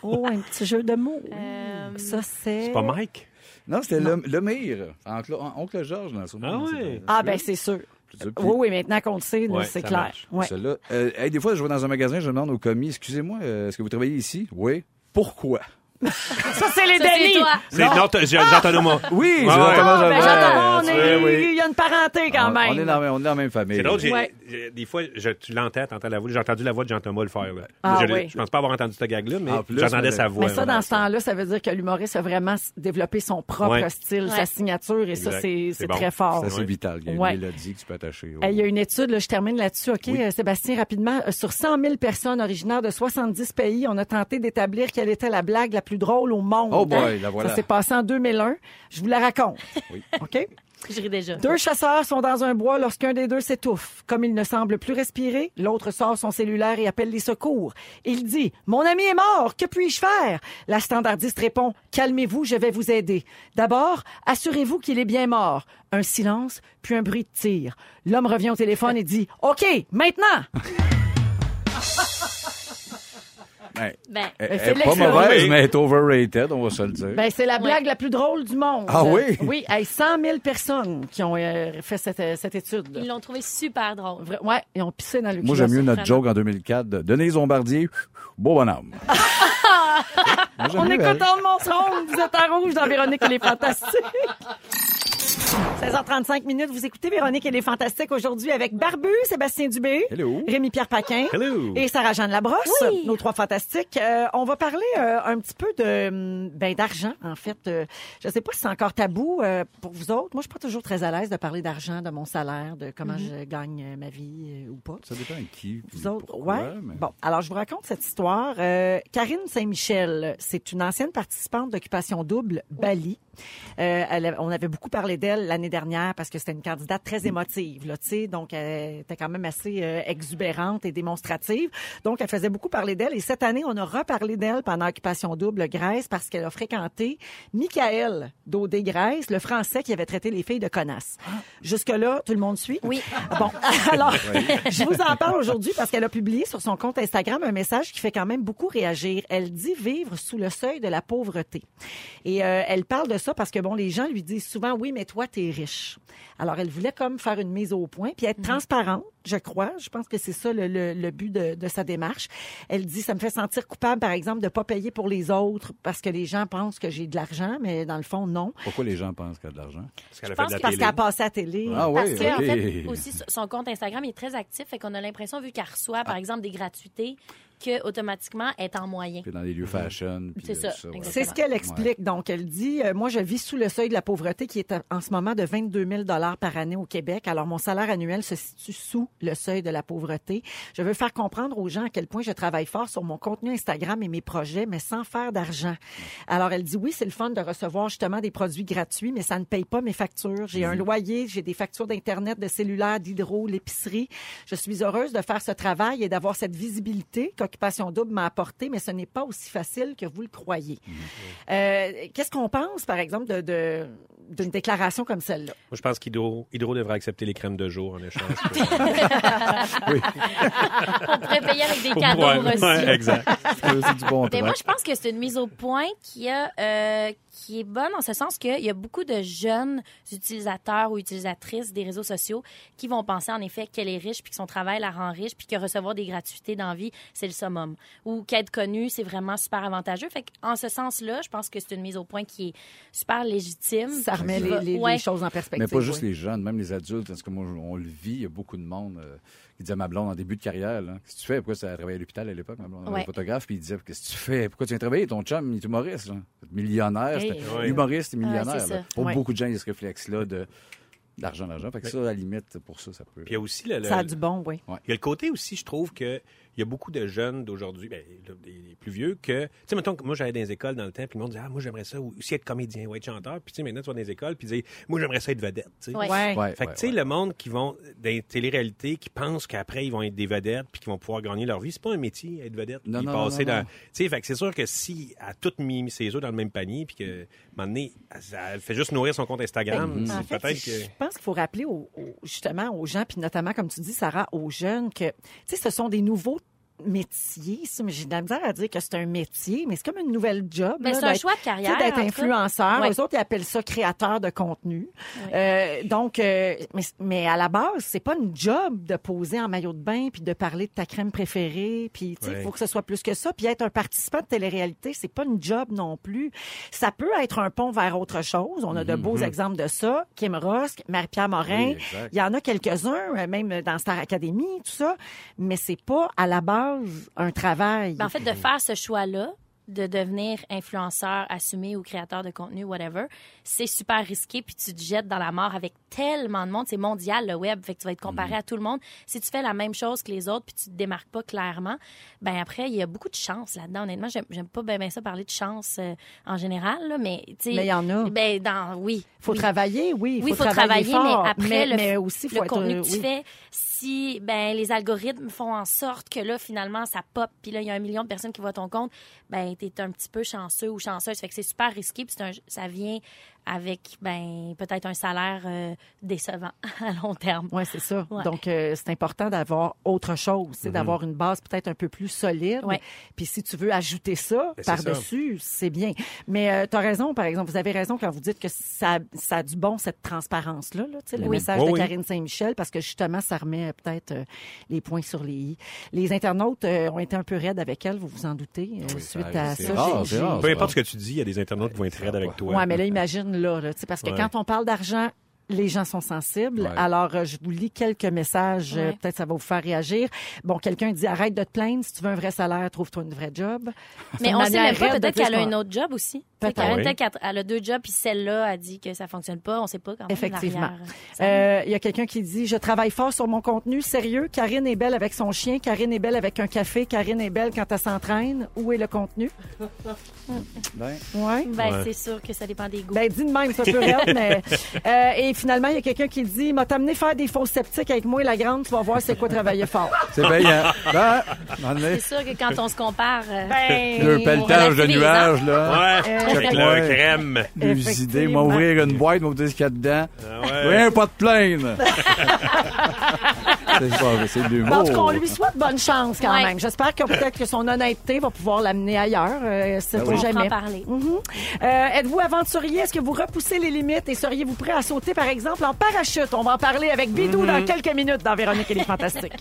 Speaker 3: Oh, un petit jeu de mots.
Speaker 5: Euh,
Speaker 3: Ça, c'est.
Speaker 4: Pas Mike.
Speaker 2: Non, c'était le, le Mire, oncle, oncle Georges, dans son
Speaker 4: Ah ouais.
Speaker 3: Ah, ben, c'est sûr.
Speaker 2: Ah,
Speaker 3: Oui, oui, maintenant qu'on le sait, là,
Speaker 4: Ouais,
Speaker 3: c'est
Speaker 4: ça
Speaker 3: clair.
Speaker 4: marche.
Speaker 3: Ouais.
Speaker 2: Celle-là. Euh, hey, des fois, je vais dans un magasin, je demande au commis, excusez-moi, euh, est-ce que vous travaillez ici? Oui. Pourquoi?
Speaker 3: Ça, c'est les
Speaker 5: Ça, c'est Ah,
Speaker 3: Denis.
Speaker 5: toi.
Speaker 4: C'est non, t'as- j'ai- j'entends moi.
Speaker 2: Oui,
Speaker 4: Ah ouais.
Speaker 2: Jean-Thomas
Speaker 3: Ah, ben,
Speaker 2: Jobin.
Speaker 3: j'entends, on est-
Speaker 4: Oui, oui.
Speaker 3: il y a une parenté quand
Speaker 2: Ah, On-
Speaker 3: même.
Speaker 2: On est, dans, on est dans la même famille.
Speaker 4: C'est drôle, j'ai-
Speaker 3: Ouais.
Speaker 4: j'ai- des fois, je, tu l'entends, t'entends la voix. J'ai entendu la voix de Jean Thomas le faire. Là.
Speaker 3: Ah
Speaker 4: je,
Speaker 3: oui.
Speaker 4: je pense pas avoir entendu ce gag-là, mais
Speaker 2: En plus,
Speaker 4: j'entendais
Speaker 2: mais-
Speaker 4: sa
Speaker 3: Mais
Speaker 4: voix.
Speaker 3: ça, dans ce temps-là, ça veut dire que l'humoriste a vraiment s- développé son propre
Speaker 4: Ouais.
Speaker 3: style,
Speaker 5: Ouais.
Speaker 3: sa signature, et ça,
Speaker 4: Exact.
Speaker 3: c'est
Speaker 4: C'est
Speaker 3: c'est
Speaker 4: bon.
Speaker 3: très fort.
Speaker 2: C'est assez
Speaker 4: Ouais.
Speaker 2: vital. Il y a une
Speaker 3: Ouais.
Speaker 2: mélodie que tu peux attacher. au-
Speaker 3: Hey, Il y a une étude, là, je termine là-dessus, OK, euh, Sébastien, rapidement. Euh, Sur 100 000 personnes originaires de 70 pays, on a tenté d'établir quelle était la blague la plus drôle au monde. hein?
Speaker 2: Oh boy, la voilà.
Speaker 3: Ça s'est passé en 2001. Je vous la raconte. OK?
Speaker 5: Je ris déjà.
Speaker 3: Deux chasseurs sont dans un bois lorsqu'un des deux s'étouffe. Comme il ne semble plus respirer, l'autre sort son cellulaire et appelle les secours. Il dit « Mon ami est mort, que puis-je faire? » La standardiste répond « Calmez-vous, je vais vous aider. D'abord, assurez-vous qu'il est bien mort. » Un silence, puis un bruit de tir. L'homme revient au téléphone et dit « OK, maintenant! »
Speaker 2: Ben,
Speaker 5: Ben,
Speaker 2: elle-
Speaker 3: Mais
Speaker 2: elle est pas
Speaker 3: Félix Lemay.
Speaker 2: mauvaise, mais elle est overrated, on va se le dire.
Speaker 3: Ben, c'est la blague la plus drôle du monde.
Speaker 2: Ah oui?
Speaker 3: Oui, hey, 100 000 personnes qui ont euh, fait cette, euh, cette étude.
Speaker 5: ils l'ont trouvé super drôle.
Speaker 3: Vra- Ouais, ils ont pissé dans le
Speaker 2: Moi,
Speaker 3: culotte.
Speaker 2: j'aime mieux notre
Speaker 5: vraiment.
Speaker 2: joke en 2004 de Denise Bombardier, beau bonhomme. Moi, j'aime
Speaker 3: On
Speaker 2: mieux
Speaker 3: est
Speaker 2: elle.
Speaker 3: content de mon son. Vous êtes en rouge dans Véronique et les Fantastiques. 16h35 minutes, vous écoutez Véronique et les Fantastiques aujourd'hui avec Barbu, Sébastien Dubé,
Speaker 2: Hello.
Speaker 3: Rémi-Pierre Paquin
Speaker 4: Hello.
Speaker 3: et Sarah-Jeanne Labrosse,
Speaker 5: Oui.
Speaker 3: nos trois Fantastiques. Euh, on va parler euh, un petit peu de hum, ben, d'argent, en fait. Euh, je sais pas si c'est encore tabou euh, pour vous autres. Moi, je suis pas toujours très à l'aise de parler d'argent, de mon salaire, de comment je gagne euh, ma vie euh, ou pas.
Speaker 2: Mm-hmm. Ça dépend de qui. puis
Speaker 3: Vous autres,
Speaker 2: pourquoi,
Speaker 3: ouais.
Speaker 2: mais-
Speaker 3: Bon, alors je vous raconte cette histoire. Euh, Karine Saint-Michel, c'est une ancienne participante d'Occupation Double Bali. Euh, elle a- on avait beaucoup parlé d'elle l'année dernière parce que c'était une candidate très émotive, là, tu sais, donc elle était quand même assez euh, exubérante et démonstrative. Donc elle faisait beaucoup parler d'elle et cette année on a reparlé d'elle pendant Occupation Double Grèce parce qu'elle a fréquenté Michael Daudé Grèce, le Français qui avait traité les filles de connasses. Jusque là, tout le monde suit.
Speaker 5: Oui.
Speaker 3: Bon, alors, je vous en parle aujourd'hui parce qu'elle a publié sur son compte Instagram un message qui fait quand même beaucoup réagir. Elle dit vivre sous le seuil de la pauvreté. Et euh, elle parle de ça parce que, bon, les gens lui disent souvent, oui, mais toi, t'es riche. Alors, elle voulait comme faire une mise au point puis être transparente, je crois. Je pense que c'est ça le, le- le but de, de sa démarche. Elle dit, ça me fait sentir coupable, par exemple, de pas payer pour les autres parce que les gens pensent que j'ai de l'argent, mais dans le fond, non.
Speaker 2: Pourquoi les gens pensent qu'il y a de l'argent?
Speaker 4: Parce qu'elle a fait de
Speaker 5: Je pense
Speaker 4: la
Speaker 5: que-
Speaker 3: Parce
Speaker 4: télé.
Speaker 3: qu'elle passe à la télé.
Speaker 2: Ah oui,
Speaker 5: Parce que, en
Speaker 2: ok.
Speaker 5: fait, aussi, so- son compte Instagram il est très actif, et qu'on a l'impression, vu qu'elle reçoit, par exemple, des gratuités, que automatiquement elle est en moyen.
Speaker 2: Puis dans les lieux fashion. puis,
Speaker 5: C'est
Speaker 2: euh,
Speaker 5: ça,
Speaker 2: tout ouais.
Speaker 5: exactement.
Speaker 3: C'est ce qu'elle explique. Donc, elle dit, euh, moi, je vis sous le seuil de la pauvreté qui est à- en ce moment de 22 000 par année au Québec. Alors, mon salaire annuel se situe sous le seuil de la pauvreté. Je veux faire comprendre aux gens à quel point je travaille fort sur mon contenu Instagram et mes projets, mais sans faire d'argent. Alors, elle dit, oui, c'est le fun de recevoir justement des produits gratuits, mais ça ne paye pas mes factures. J'ai
Speaker 2: Mhm.
Speaker 3: un loyer, j'ai des factures d'Internet, de cellulaire, d'hydro, l'épicerie. Je suis heureuse de faire ce travail et d'avoir cette visibilité qu'Occupation Double m'a apportée, mais ce n'est pas aussi facile que vous le croyez.
Speaker 2: Mhm.
Speaker 3: Euh, Qu'est-ce qu'on pense, par exemple, de- de- d'une déclaration comme celle-là?
Speaker 4: Moi, je pense qu'Hydro Hydro devrait accepter les crèmes de jour en échange. pour-
Speaker 5: On pourrait payer avec des
Speaker 4: pour
Speaker 5: cadeaux
Speaker 4: pouvoir-
Speaker 5: reçus.
Speaker 4: Ouais, exact.
Speaker 2: C'est c'est du bon
Speaker 5: Mais Ben, moi,
Speaker 2: travail.
Speaker 5: je pense que c'est une mise au point qui, a, euh, qui est bonne en ce sens qu'il y a beaucoup de jeunes utilisateurs ou utilisatrices des réseaux sociaux qui vont penser en effet qu'elle est riche, puis que son travail la rend riche, puis que recevoir des gratuités dans la vie, c'est le summum. Ou qu'être connu, c'est vraiment super avantageux. Fait en ce sens-là, je pense que c'est une mise au point qui est super légitime.
Speaker 3: Ça remet les, les- les
Speaker 5: Ouais.
Speaker 3: choses en perspective.
Speaker 2: Mais pas juste
Speaker 3: oui.
Speaker 2: les jeunes, même les adultes, parce que moi, je- on le vit, il y a beaucoup de monde euh, qui disait à ma blonde en début de carrière, là, qu'est-ce que tu fais? Pourquoi ça travaillait à l'hôpital à l'époque, ma blonde, elle
Speaker 5: Ouais.
Speaker 2: était photographe, puis il disait, qu'est-ce que tu fais? Pourquoi tu viens travailler? Ton chum, il est humoriste, là. millionnaire,
Speaker 3: Hey.
Speaker 2: c'était
Speaker 4: Ouais.
Speaker 2: humoriste et
Speaker 5: Ah, c'est
Speaker 2: millionnaire.
Speaker 5: ça.
Speaker 2: là. Pour
Speaker 3: Ouais.
Speaker 2: beaucoup de gens, il y a ce réflexe-là de d'argent, d'argent. Fait que ça, à la limite, pour ça, ça peut...
Speaker 4: Puis il y a aussi le, le-
Speaker 3: Ça a du bon, oui.
Speaker 4: Il y a le côté aussi, je trouve que il y a beaucoup de jeunes d'aujourd'hui, ben, le- les les plus vieux, que, tu sais, mettons que moi, j'allais dans les écoles dans le temps, puis le monde disait, ah, moi, j'aimerais ça ou- aussi être comédien ou être chanteur. Puis, tu sais, maintenant, tu vas dans les écoles, puis ils disent, moi, j'aimerais ça être vedette, tu sais.
Speaker 5: Ouais.
Speaker 3: Ouais.
Speaker 2: Ouais,
Speaker 4: Fait que,
Speaker 2: ouais,
Speaker 4: tu sais,
Speaker 2: ouais.
Speaker 4: le monde qui vont dans les téléréalités, qui pensent qu'après, ils vont être des vedettes, puis qu'ils vont pouvoir gagner leur vie, c'est pas un métier, être vedette.
Speaker 2: Non,
Speaker 4: puis
Speaker 2: non, non,
Speaker 4: passer
Speaker 2: non,
Speaker 4: dans-
Speaker 2: non.
Speaker 4: Tu sais, fait que c'est sûr que si elle a tout mis ses œufs dans le même panier, puis que, à un moment donné, elle, elle fait juste nourrir son compte
Speaker 2: Ben,
Speaker 5: Mm.
Speaker 4: Instagram,
Speaker 3: En
Speaker 4: c'est
Speaker 3: fait,
Speaker 4: peut-être
Speaker 3: je
Speaker 4: que...
Speaker 3: pense qu'il faut rappeler au- au- justement aux gens, puis notamment, comme tu dis, Sarah, aux jeunes, que tu sais, ce sont des nouveaux métiers. ça, mais J'ai de la misère à dire que c'est un métier, mais c'est comme une nouvelle job.
Speaker 5: Mais
Speaker 3: là,
Speaker 5: Ben, c'est un
Speaker 3: d'être-
Speaker 5: choix de
Speaker 3: tu sais,
Speaker 5: carrière.
Speaker 3: d'être
Speaker 5: en tout cas.
Speaker 3: influenceur.
Speaker 5: Ouais.
Speaker 3: Eux autres, ils appellent ça créateur de contenu.
Speaker 5: Ouais.
Speaker 3: Euh, donc, euh, mais, mais à la base, c'est pas une job de poser en maillot de bain puis de parler de ta crème préférée. Puis, tu sais, il
Speaker 4: Ouais.
Speaker 3: faut que ce soit plus que ça. Puis être un participant de télé-réalité, c'est pas une job non plus. Ça peut être un pont vers autre chose. On a de beaux exemples de ça. Kim Rosk, Marie-Pierre Morin.
Speaker 2: Mhm. Oui, exact.
Speaker 3: il y en a quelques-uns, euh, même dans Star Academy, tout ça. Mais c'est pas à la base un travail.
Speaker 5: Ben, en fait, de faire ce choix-là, de devenir influenceur assumé ou créateur de contenu, whatever, c'est super risqué, puis tu te jettes dans la mort avec tellement de monde. C'est mondial, le web, fait que tu vas être comparé
Speaker 3: Mhm.
Speaker 5: à tout le monde. Si tu fais la même chose que les autres, puis tu te démarques pas clairement, ben après, il y a beaucoup de chance là-dedans. Honnêtement, j'aime j'aime pas bien ça parler de chance euh, en général, là, mais tu sais...
Speaker 3: Mais il y en a.
Speaker 5: Ben, dans, oui.
Speaker 3: faut
Speaker 5: oui.
Speaker 3: travailler, oui.
Speaker 5: Oui, faut travailler,
Speaker 3: fort,
Speaker 5: mais après,
Speaker 3: mais,
Speaker 5: le,
Speaker 3: mais aussi, faut
Speaker 5: le
Speaker 3: être,
Speaker 5: contenu
Speaker 3: euh,
Speaker 5: que tu
Speaker 3: oui.
Speaker 5: fais, si ben, les algorithmes font en sorte que là, finalement, ça pop, puis là, il y a un million de personnes qui voient ton compte, ben, t'es un petit peu chanceux ou chanceuse. Fait que c'est super risqué, puis c'est un- ça vient avec ben peut-être un salaire euh, décevant à long terme.
Speaker 3: Oui, c'est ça.
Speaker 5: Ouais.
Speaker 3: Donc, euh, c'est important d'avoir autre chose, c'est d'avoir une base peut-être un peu plus solide.
Speaker 5: Ouais.
Speaker 3: Puis si tu veux ajouter ça
Speaker 4: Ben, c'est
Speaker 3: par-dessus, c'est bien. Mais tu as raison, par exemple, vous avez raison quand vous dites que ça, ça a du bon, cette transparence-là, là, tu sais, le
Speaker 5: Oui.
Speaker 3: message
Speaker 4: Oui,
Speaker 3: de
Speaker 4: oui.
Speaker 3: Karine Saint-Michel, parce que justement, ça remet euh, peut-être euh, les points sur les i. Les internautes euh, ont été un peu raides avec elle, vous vous en doutez, euh,
Speaker 2: Oui,
Speaker 3: suite
Speaker 2: ça-
Speaker 3: à
Speaker 2: c'est
Speaker 3: ça.
Speaker 2: rare,
Speaker 3: j'ai-
Speaker 2: c'est
Speaker 3: j'ai-
Speaker 2: rare.
Speaker 4: Peu importe ce que tu dis, il y a des internautes qui vont être raides avec toi.
Speaker 3: Ouais, mais là, imagine là, là, tu sais, parce que
Speaker 4: Ouais.
Speaker 3: quand on parle d'argent, les gens sont sensibles.
Speaker 2: Ouais.
Speaker 3: Alors, euh, je vous lis quelques messages. euh,
Speaker 5: Ouais.
Speaker 3: Peut-être ça va vous faire réagir. Bon, quelqu'un dit arrête de te plaindre. Si tu veux un vrai salaire, trouve-toi une vraie job. C'est
Speaker 5: Mais
Speaker 3: une
Speaker 5: on sait
Speaker 3: manière
Speaker 5: même pas
Speaker 3: raide de
Speaker 5: peut-être
Speaker 3: dire
Speaker 5: qu'elle a
Speaker 3: qu'on-
Speaker 5: un autre job aussi. Tu sais,
Speaker 3: Peut-être.
Speaker 5: Karen,
Speaker 4: Oui.
Speaker 5: Peut-être qu'elle elle a deux jobs puis celle-là a dit que ça fonctionne pas, on sait pas quand même,
Speaker 3: Effectivement.
Speaker 5: l'arrière, euh, ça-
Speaker 3: Euh, Il y a quelqu'un qui dit je travaille fort sur mon contenu. Sérieux, Karine est belle avec son chien. Karine est belle avec un café. Karine est belle quand elle s'entraîne. Où est le contenu
Speaker 2: Ben,
Speaker 3: Ouais.
Speaker 5: Ben,
Speaker 4: Ouais.
Speaker 5: c'est sûr que ça dépend des goûts.
Speaker 3: Ben, dis de même, ça peut raide, mais. Euh, et finalement, il y a quelqu'un qui dit M'a t'amené faire des faux sceptiques avec moi et la grande, tu vas voir c'est quoi travailler fort.
Speaker 2: c'est payant. Ben,
Speaker 5: c'est sûr que quand on se compare, euh,
Speaker 3: Ben,
Speaker 2: deux pelletages
Speaker 5: pelletages de
Speaker 2: de
Speaker 5: relativise,
Speaker 2: nuages,
Speaker 5: nuages,
Speaker 2: là.
Speaker 4: Ouais,
Speaker 5: Euh,
Speaker 4: check la
Speaker 2: Ouais.
Speaker 4: crème.
Speaker 2: Des idées. Moi, ouvrir une boîte, moi, vous dire ce qu'il y a dedans.
Speaker 4: Ah ouais.
Speaker 2: Rien, pas de plaindre. c'est pas, c'est de
Speaker 3: Bon, En tout cas, on
Speaker 2: l'humour.
Speaker 3: lui souhaite bonne chance quand
Speaker 5: Ouais.
Speaker 3: même. J'espère que peut-être que son honnêteté va pouvoir l'amener ailleurs. Euh, c'est
Speaker 4: Ben
Speaker 5: on
Speaker 3: jamais.
Speaker 5: en parler.
Speaker 3: Mhm. Euh, Êtes-vous aventurier? Est-ce que vous repoussez les limites et seriez-vous prêt à sauter, par exemple, en parachute? On va en parler avec Bidou
Speaker 4: Mhm.
Speaker 3: dans quelques minutes dans Véronique et les Fantastiques.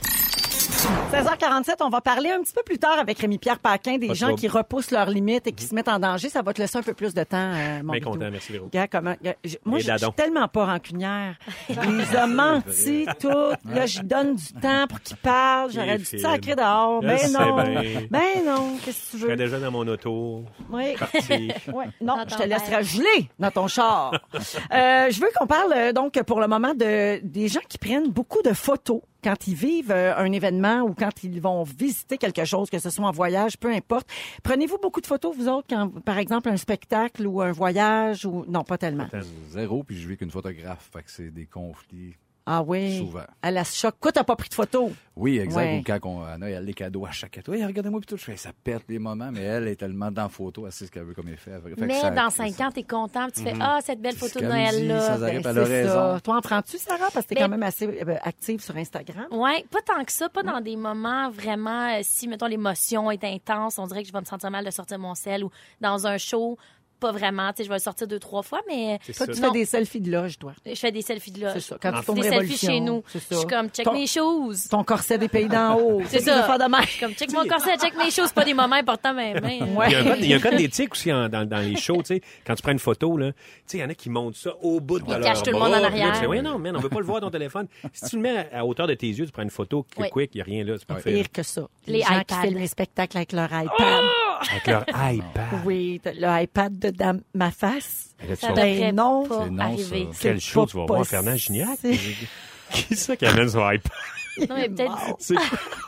Speaker 3: 16h47, on va parler un petit peu plus tard avec Rémi-Pierre Paquin des
Speaker 4: Pas de
Speaker 3: gens
Speaker 4: trouble.
Speaker 3: qui repoussent leurs limites et qui se mettent en danger. Ça va te laisser un peu plus de temps, euh, mon
Speaker 4: Bien
Speaker 3: Bidou.
Speaker 4: content, merci Véro.
Speaker 3: Gars, comment, gars, je- moi,
Speaker 4: Les
Speaker 3: je je suis
Speaker 4: dadons.
Speaker 3: tellement pas rancunière. Il nous a menti tout. Là, je donne du temps pour qu'il parle. J'aurais
Speaker 4: Il
Speaker 3: dû
Speaker 4: file.
Speaker 3: sacrer dehors.
Speaker 4: Je
Speaker 3: Ben
Speaker 4: sais
Speaker 3: non.
Speaker 4: bien.
Speaker 3: Ben non. Qu'est-ce que tu
Speaker 4: Je serais
Speaker 3: veux?
Speaker 4: déjà dans mon auto.
Speaker 3: Oui.
Speaker 4: Parti.
Speaker 3: Ouais. Non,
Speaker 5: Dans
Speaker 3: je te
Speaker 5: ton
Speaker 3: laisserai
Speaker 5: verre.
Speaker 3: geler dans ton char. Euh, je veux qu'on parle euh, donc pour le moment de des gens qui prennent beaucoup de photos quand ils vivent euh, un événement ou quand ils vont visiter quelque chose, que ce soit en voyage, peu importe. Prenez-vous beaucoup de photos, vous autres, quand, par exemple, un spectacle ou un voyage ou... Non, pas tellement.
Speaker 2: Zéro, puis je vis qu'une photographe. Fait que c'est des conflits.
Speaker 3: Ah oui.
Speaker 2: Souvent.
Speaker 3: Elle a ce choc. Quoi, t'as pas pris de photo?
Speaker 2: Oui, exact.
Speaker 3: Ouais.
Speaker 2: Ou quand on, Anna, elle a les cadeaux à chaque cadeau. Hey, regardez-moi, puis tout. Je fais, ça pète les moments, mais elle est tellement dans la photo, elle sait ce qu'elle veut comme effet. Fait que
Speaker 5: Mais
Speaker 2: ça-
Speaker 5: dans 5 ans, t'es content, puis tu fais Ah, cette belle
Speaker 2: C'est
Speaker 5: photo
Speaker 2: ce qu'elle
Speaker 5: de
Speaker 2: me dit,
Speaker 5: Noël-là.
Speaker 2: sans arrêt,
Speaker 5: Ben,
Speaker 2: puis elle a
Speaker 5: c'est
Speaker 2: raison.
Speaker 5: ça.
Speaker 3: Ça. Toi, en prends-tu, Sarah? Parce que t'es
Speaker 5: Ben-
Speaker 3: quand même assez euh, active sur Instagram.
Speaker 5: Ouais, pas tant que ça, pas dans des moments vraiment, euh, si, mettons, l'émotion est intense, on dirait que je vais me sentir mal de sortir mon sel ou dans un show, pas vraiment, tu sais, je vais le sortir deux, trois fois, mais
Speaker 4: C'est
Speaker 3: Toi,
Speaker 4: ça.
Speaker 3: tu
Speaker 5: Non.
Speaker 3: fais des selfies de loge, toi.
Speaker 5: je fais des selfies de là.
Speaker 3: C'est ça. Quand tu tombes
Speaker 5: des selfies
Speaker 3: Révolution.
Speaker 5: chez nous.
Speaker 3: C'est ça.
Speaker 5: Je suis comme, check
Speaker 3: Ton-
Speaker 5: mes choses.
Speaker 3: Ton corset des pays d'en haut.
Speaker 5: C'est
Speaker 3: Tu veux
Speaker 5: ça.
Speaker 3: faire de même.
Speaker 5: Je suis comme, check mon corset, check mes choses, c'est pas des moments importants, mais. mais euh,
Speaker 3: Ouais.
Speaker 4: Il y a un code, il y a un code d'éthique aussi en- dans, dans les shows, tu sais. Quand tu prends une photo, là, tu sais, il y en a qui montent ça au bout de
Speaker 5: Ils
Speaker 4: leur
Speaker 5: cachent tout le
Speaker 4: bras,
Speaker 5: monde en
Speaker 4: puis là, tu
Speaker 5: arrière.
Speaker 4: fais, ouais, non, man, on veut pas le voir ton téléphone. Si tu le mets à, à hauteur de tes yeux, tu prends une photo,
Speaker 5: Oui.
Speaker 4: quick, quick, il n'y a rien là, c'est parfait.
Speaker 3: Pire que ça. Les,
Speaker 5: Les
Speaker 3: gens qui
Speaker 5: iPads. Ah!
Speaker 3: filment les spectacles avec leur iPad.
Speaker 4: Avec leur iPad.
Speaker 3: Oui, t'as le iPad de dame- ma face.
Speaker 4: Là, tu
Speaker 5: Ça
Speaker 4: vas-
Speaker 3: Ben
Speaker 5: devrait
Speaker 3: non.
Speaker 5: pas
Speaker 2: C'est non,
Speaker 5: arriver.
Speaker 2: ça.
Speaker 4: Quel
Speaker 3: C'est
Speaker 4: show
Speaker 3: pas
Speaker 4: tu vas voir,
Speaker 3: possible.
Speaker 4: Fernand Gignac?
Speaker 3: C'est-
Speaker 4: Qui c'est ça qui amène son iPad?
Speaker 5: Non, mais peut-être.
Speaker 4: C'est-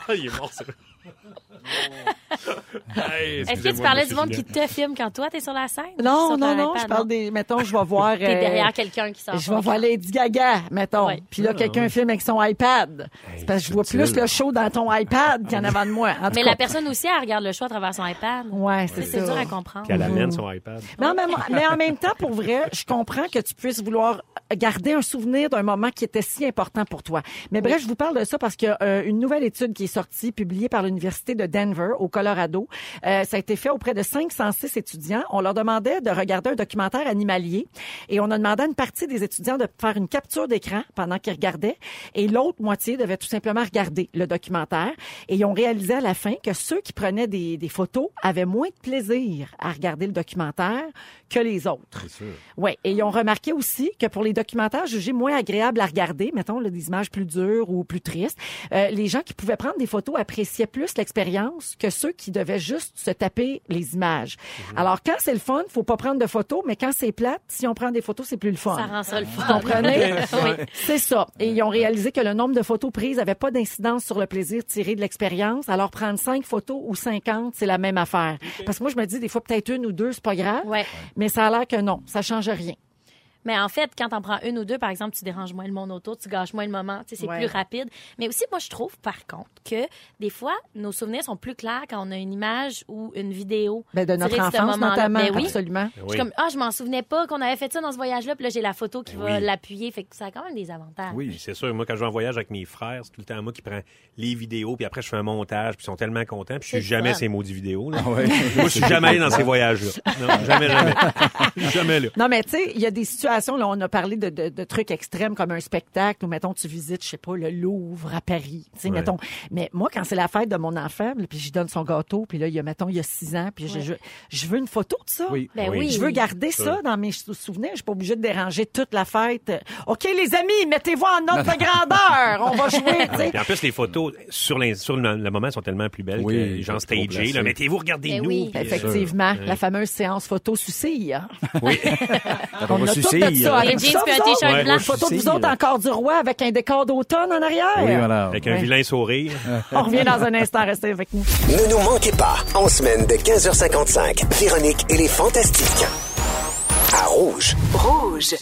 Speaker 4: Ah, il est mort, ça. Hey,
Speaker 5: Est-ce que tu
Speaker 4: excusez-moi,
Speaker 5: parlais
Speaker 4: monsieur
Speaker 5: du monde qui
Speaker 4: Gignac.
Speaker 5: te filme quand toi, t'es sur la scène?
Speaker 3: Non,
Speaker 5: Sur
Speaker 3: non,
Speaker 5: ton
Speaker 3: non.
Speaker 5: iPad,
Speaker 3: Je parle des. Mettons, je vais voir.
Speaker 5: T'es
Speaker 3: euh,
Speaker 5: derrière quelqu'un qui sort.
Speaker 3: Je vais voir Lady Gaga, mettons.
Speaker 5: Ouais.
Speaker 4: Ah,
Speaker 3: Puis là, quelqu'un filme avec son iPad. C'est parce que je vois
Speaker 2: subtil.
Speaker 3: plus le show dans ton iPad qu'en avant de moi. En tout
Speaker 5: Mais
Speaker 3: cas.
Speaker 5: la personne aussi, elle regarde le choix à travers son iPad.
Speaker 3: Ouais, c'est
Speaker 5: C'est
Speaker 3: ça.
Speaker 5: dur à comprendre.
Speaker 4: Puis elle amène son iPad.
Speaker 3: Non, mais, moi- mais en même temps, pour vrai, je comprends que tu puisses vouloir garder un souvenir d'un moment qui était si important pour toi. Mais bref, je vous parle de ça parce qu'il y a euh, une nouvelle étude qui est sortie, publiée par l'Université de Denver, au Colorado. Euh, ça a été fait auprès de 506 étudiants. On leur demandait de regarder un documentaire animalier et on a demandé à une partie des étudiants de faire une capture d'écran pendant qu'ils regardaient et l'autre moitié devait tout simplement regarder le documentaire. Et ils ont réalisé à la fin que ceux qui prenaient des, des photos avaient moins de plaisir à regarder le documentaire que les autres.
Speaker 2: C'est sûr.
Speaker 3: Ouais, et ils ont remarqué aussi que pour les documentaires jugés moins agréables à regarder, mettons là, des images plus dures ou plus tristes, euh, les gens qui pouvaient prendre des photos appréciaient plus l'expérience que ceux qui devaient juste se taper les images.
Speaker 2: Mhm.
Speaker 3: Alors quand c'est le fun, faut pas prendre de photos, mais quand c'est plate, si on prend des photos, c'est plus le fun.
Speaker 5: Ça rend ça le fun.
Speaker 3: comprenez?
Speaker 5: Oui.
Speaker 3: C'est ça. Et ils ont réalisé que le nombre de photos prises n'avait pas d'incidence sur le plaisir tiré de l'expérience. Alors, prendre cinq photos ou 50, c'est la même affaire. Parce que moi, je me dis, des fois, peut-être une ou deux, c'est pas grave.
Speaker 5: Ouais.
Speaker 3: Mais ça a l'air que non, ça change rien.
Speaker 5: Mais en fait, quand t'en prends une ou deux, par exemple, tu déranges moins le monde autour, tu gâches moins le moment, tu sais, c'est
Speaker 3: Ouais.
Speaker 5: plus rapide. Mais aussi, moi, je trouve, par contre, que des fois, nos souvenirs sont plus clairs quand on a une image ou une vidéo.
Speaker 3: Ben, de
Speaker 5: tirée
Speaker 3: notre
Speaker 5: ce
Speaker 3: enfance,
Speaker 5: moment-là.
Speaker 3: notamment.
Speaker 5: Ben oui.
Speaker 3: Absolument.
Speaker 5: Je suis comme, ah, je m'en souvenais pas qu'on avait fait ça dans ce voyage-là, puis là, j'ai la photo qui va
Speaker 4: oui.
Speaker 5: l'appuyer. Fait que ça a quand même des avantages.
Speaker 4: Oui, c'est sûr. Moi, quand je vais en voyage avec mes frères, c'est tout le temps moi qui prends les vidéos, puis après, je fais un montage, puis ils sont tellement contents, puis je suis
Speaker 5: C'est le
Speaker 4: jamais
Speaker 5: fun.
Speaker 4: ces maudits vidéos. Là.
Speaker 2: Ah ouais.
Speaker 4: Moi, je suis jamais allé dans ces voyages-là. Non, jamais, jamais. jamais là.
Speaker 3: Non, mais tu sais, il y a des situations, là, on a parlé de, de- de trucs extrêmes comme un spectacle, ou mettons, tu visites, je sais pas, le Louvre à Paris, tu sais,
Speaker 4: Ouais.
Speaker 3: mettons. Mais moi, quand c'est la fête de mon enfant, puis j'y donne son gâteau, puis là, il y a, mettons, il y a six ans, puis je-
Speaker 5: Ouais.
Speaker 3: je, je veux une photo de ça.
Speaker 2: Oui.
Speaker 5: Ben
Speaker 4: Oui.
Speaker 5: oui.
Speaker 3: Je veux garder ça dans mes sou- souvenirs. Je suis pas obligée de déranger toute la fête. Euh, OK, les amis, mettez-vous en note de grandeur. On va jouer, tu sais.
Speaker 4: Puis en plus, les photos sur, les, sur le, le moment sont tellement plus belles
Speaker 2: Oui,
Speaker 4: que genre
Speaker 2: c'est trop
Speaker 4: stagées.
Speaker 2: placé.
Speaker 4: là. Mettez-vous, regardez-nous.
Speaker 5: Ben oui.
Speaker 4: puis, euh,
Speaker 3: Effectivement, la fameuse séance photo sucille. hein.
Speaker 2: On
Speaker 3: On
Speaker 2: va
Speaker 3: a tout
Speaker 2: sucer,
Speaker 3: fait ça.
Speaker 2: euh,
Speaker 5: Les
Speaker 3: Avec
Speaker 5: jeans
Speaker 3: ça,
Speaker 5: puis un
Speaker 3: vous autres?
Speaker 5: t-shirt
Speaker 4: Ouais.
Speaker 5: blanc.
Speaker 3: Une photo de vous
Speaker 2: Sucille.
Speaker 3: autres encore du roi avec un décor d'automne en arrière.
Speaker 2: Oui, voilà.
Speaker 4: Avec un vilain sourire.
Speaker 3: On revient dans un instant, restez avec nous.
Speaker 1: Ne nous manquez pas, en semaine de 15h55, Véronique et les Fantastiques. À Rouge.
Speaker 8: Rouge.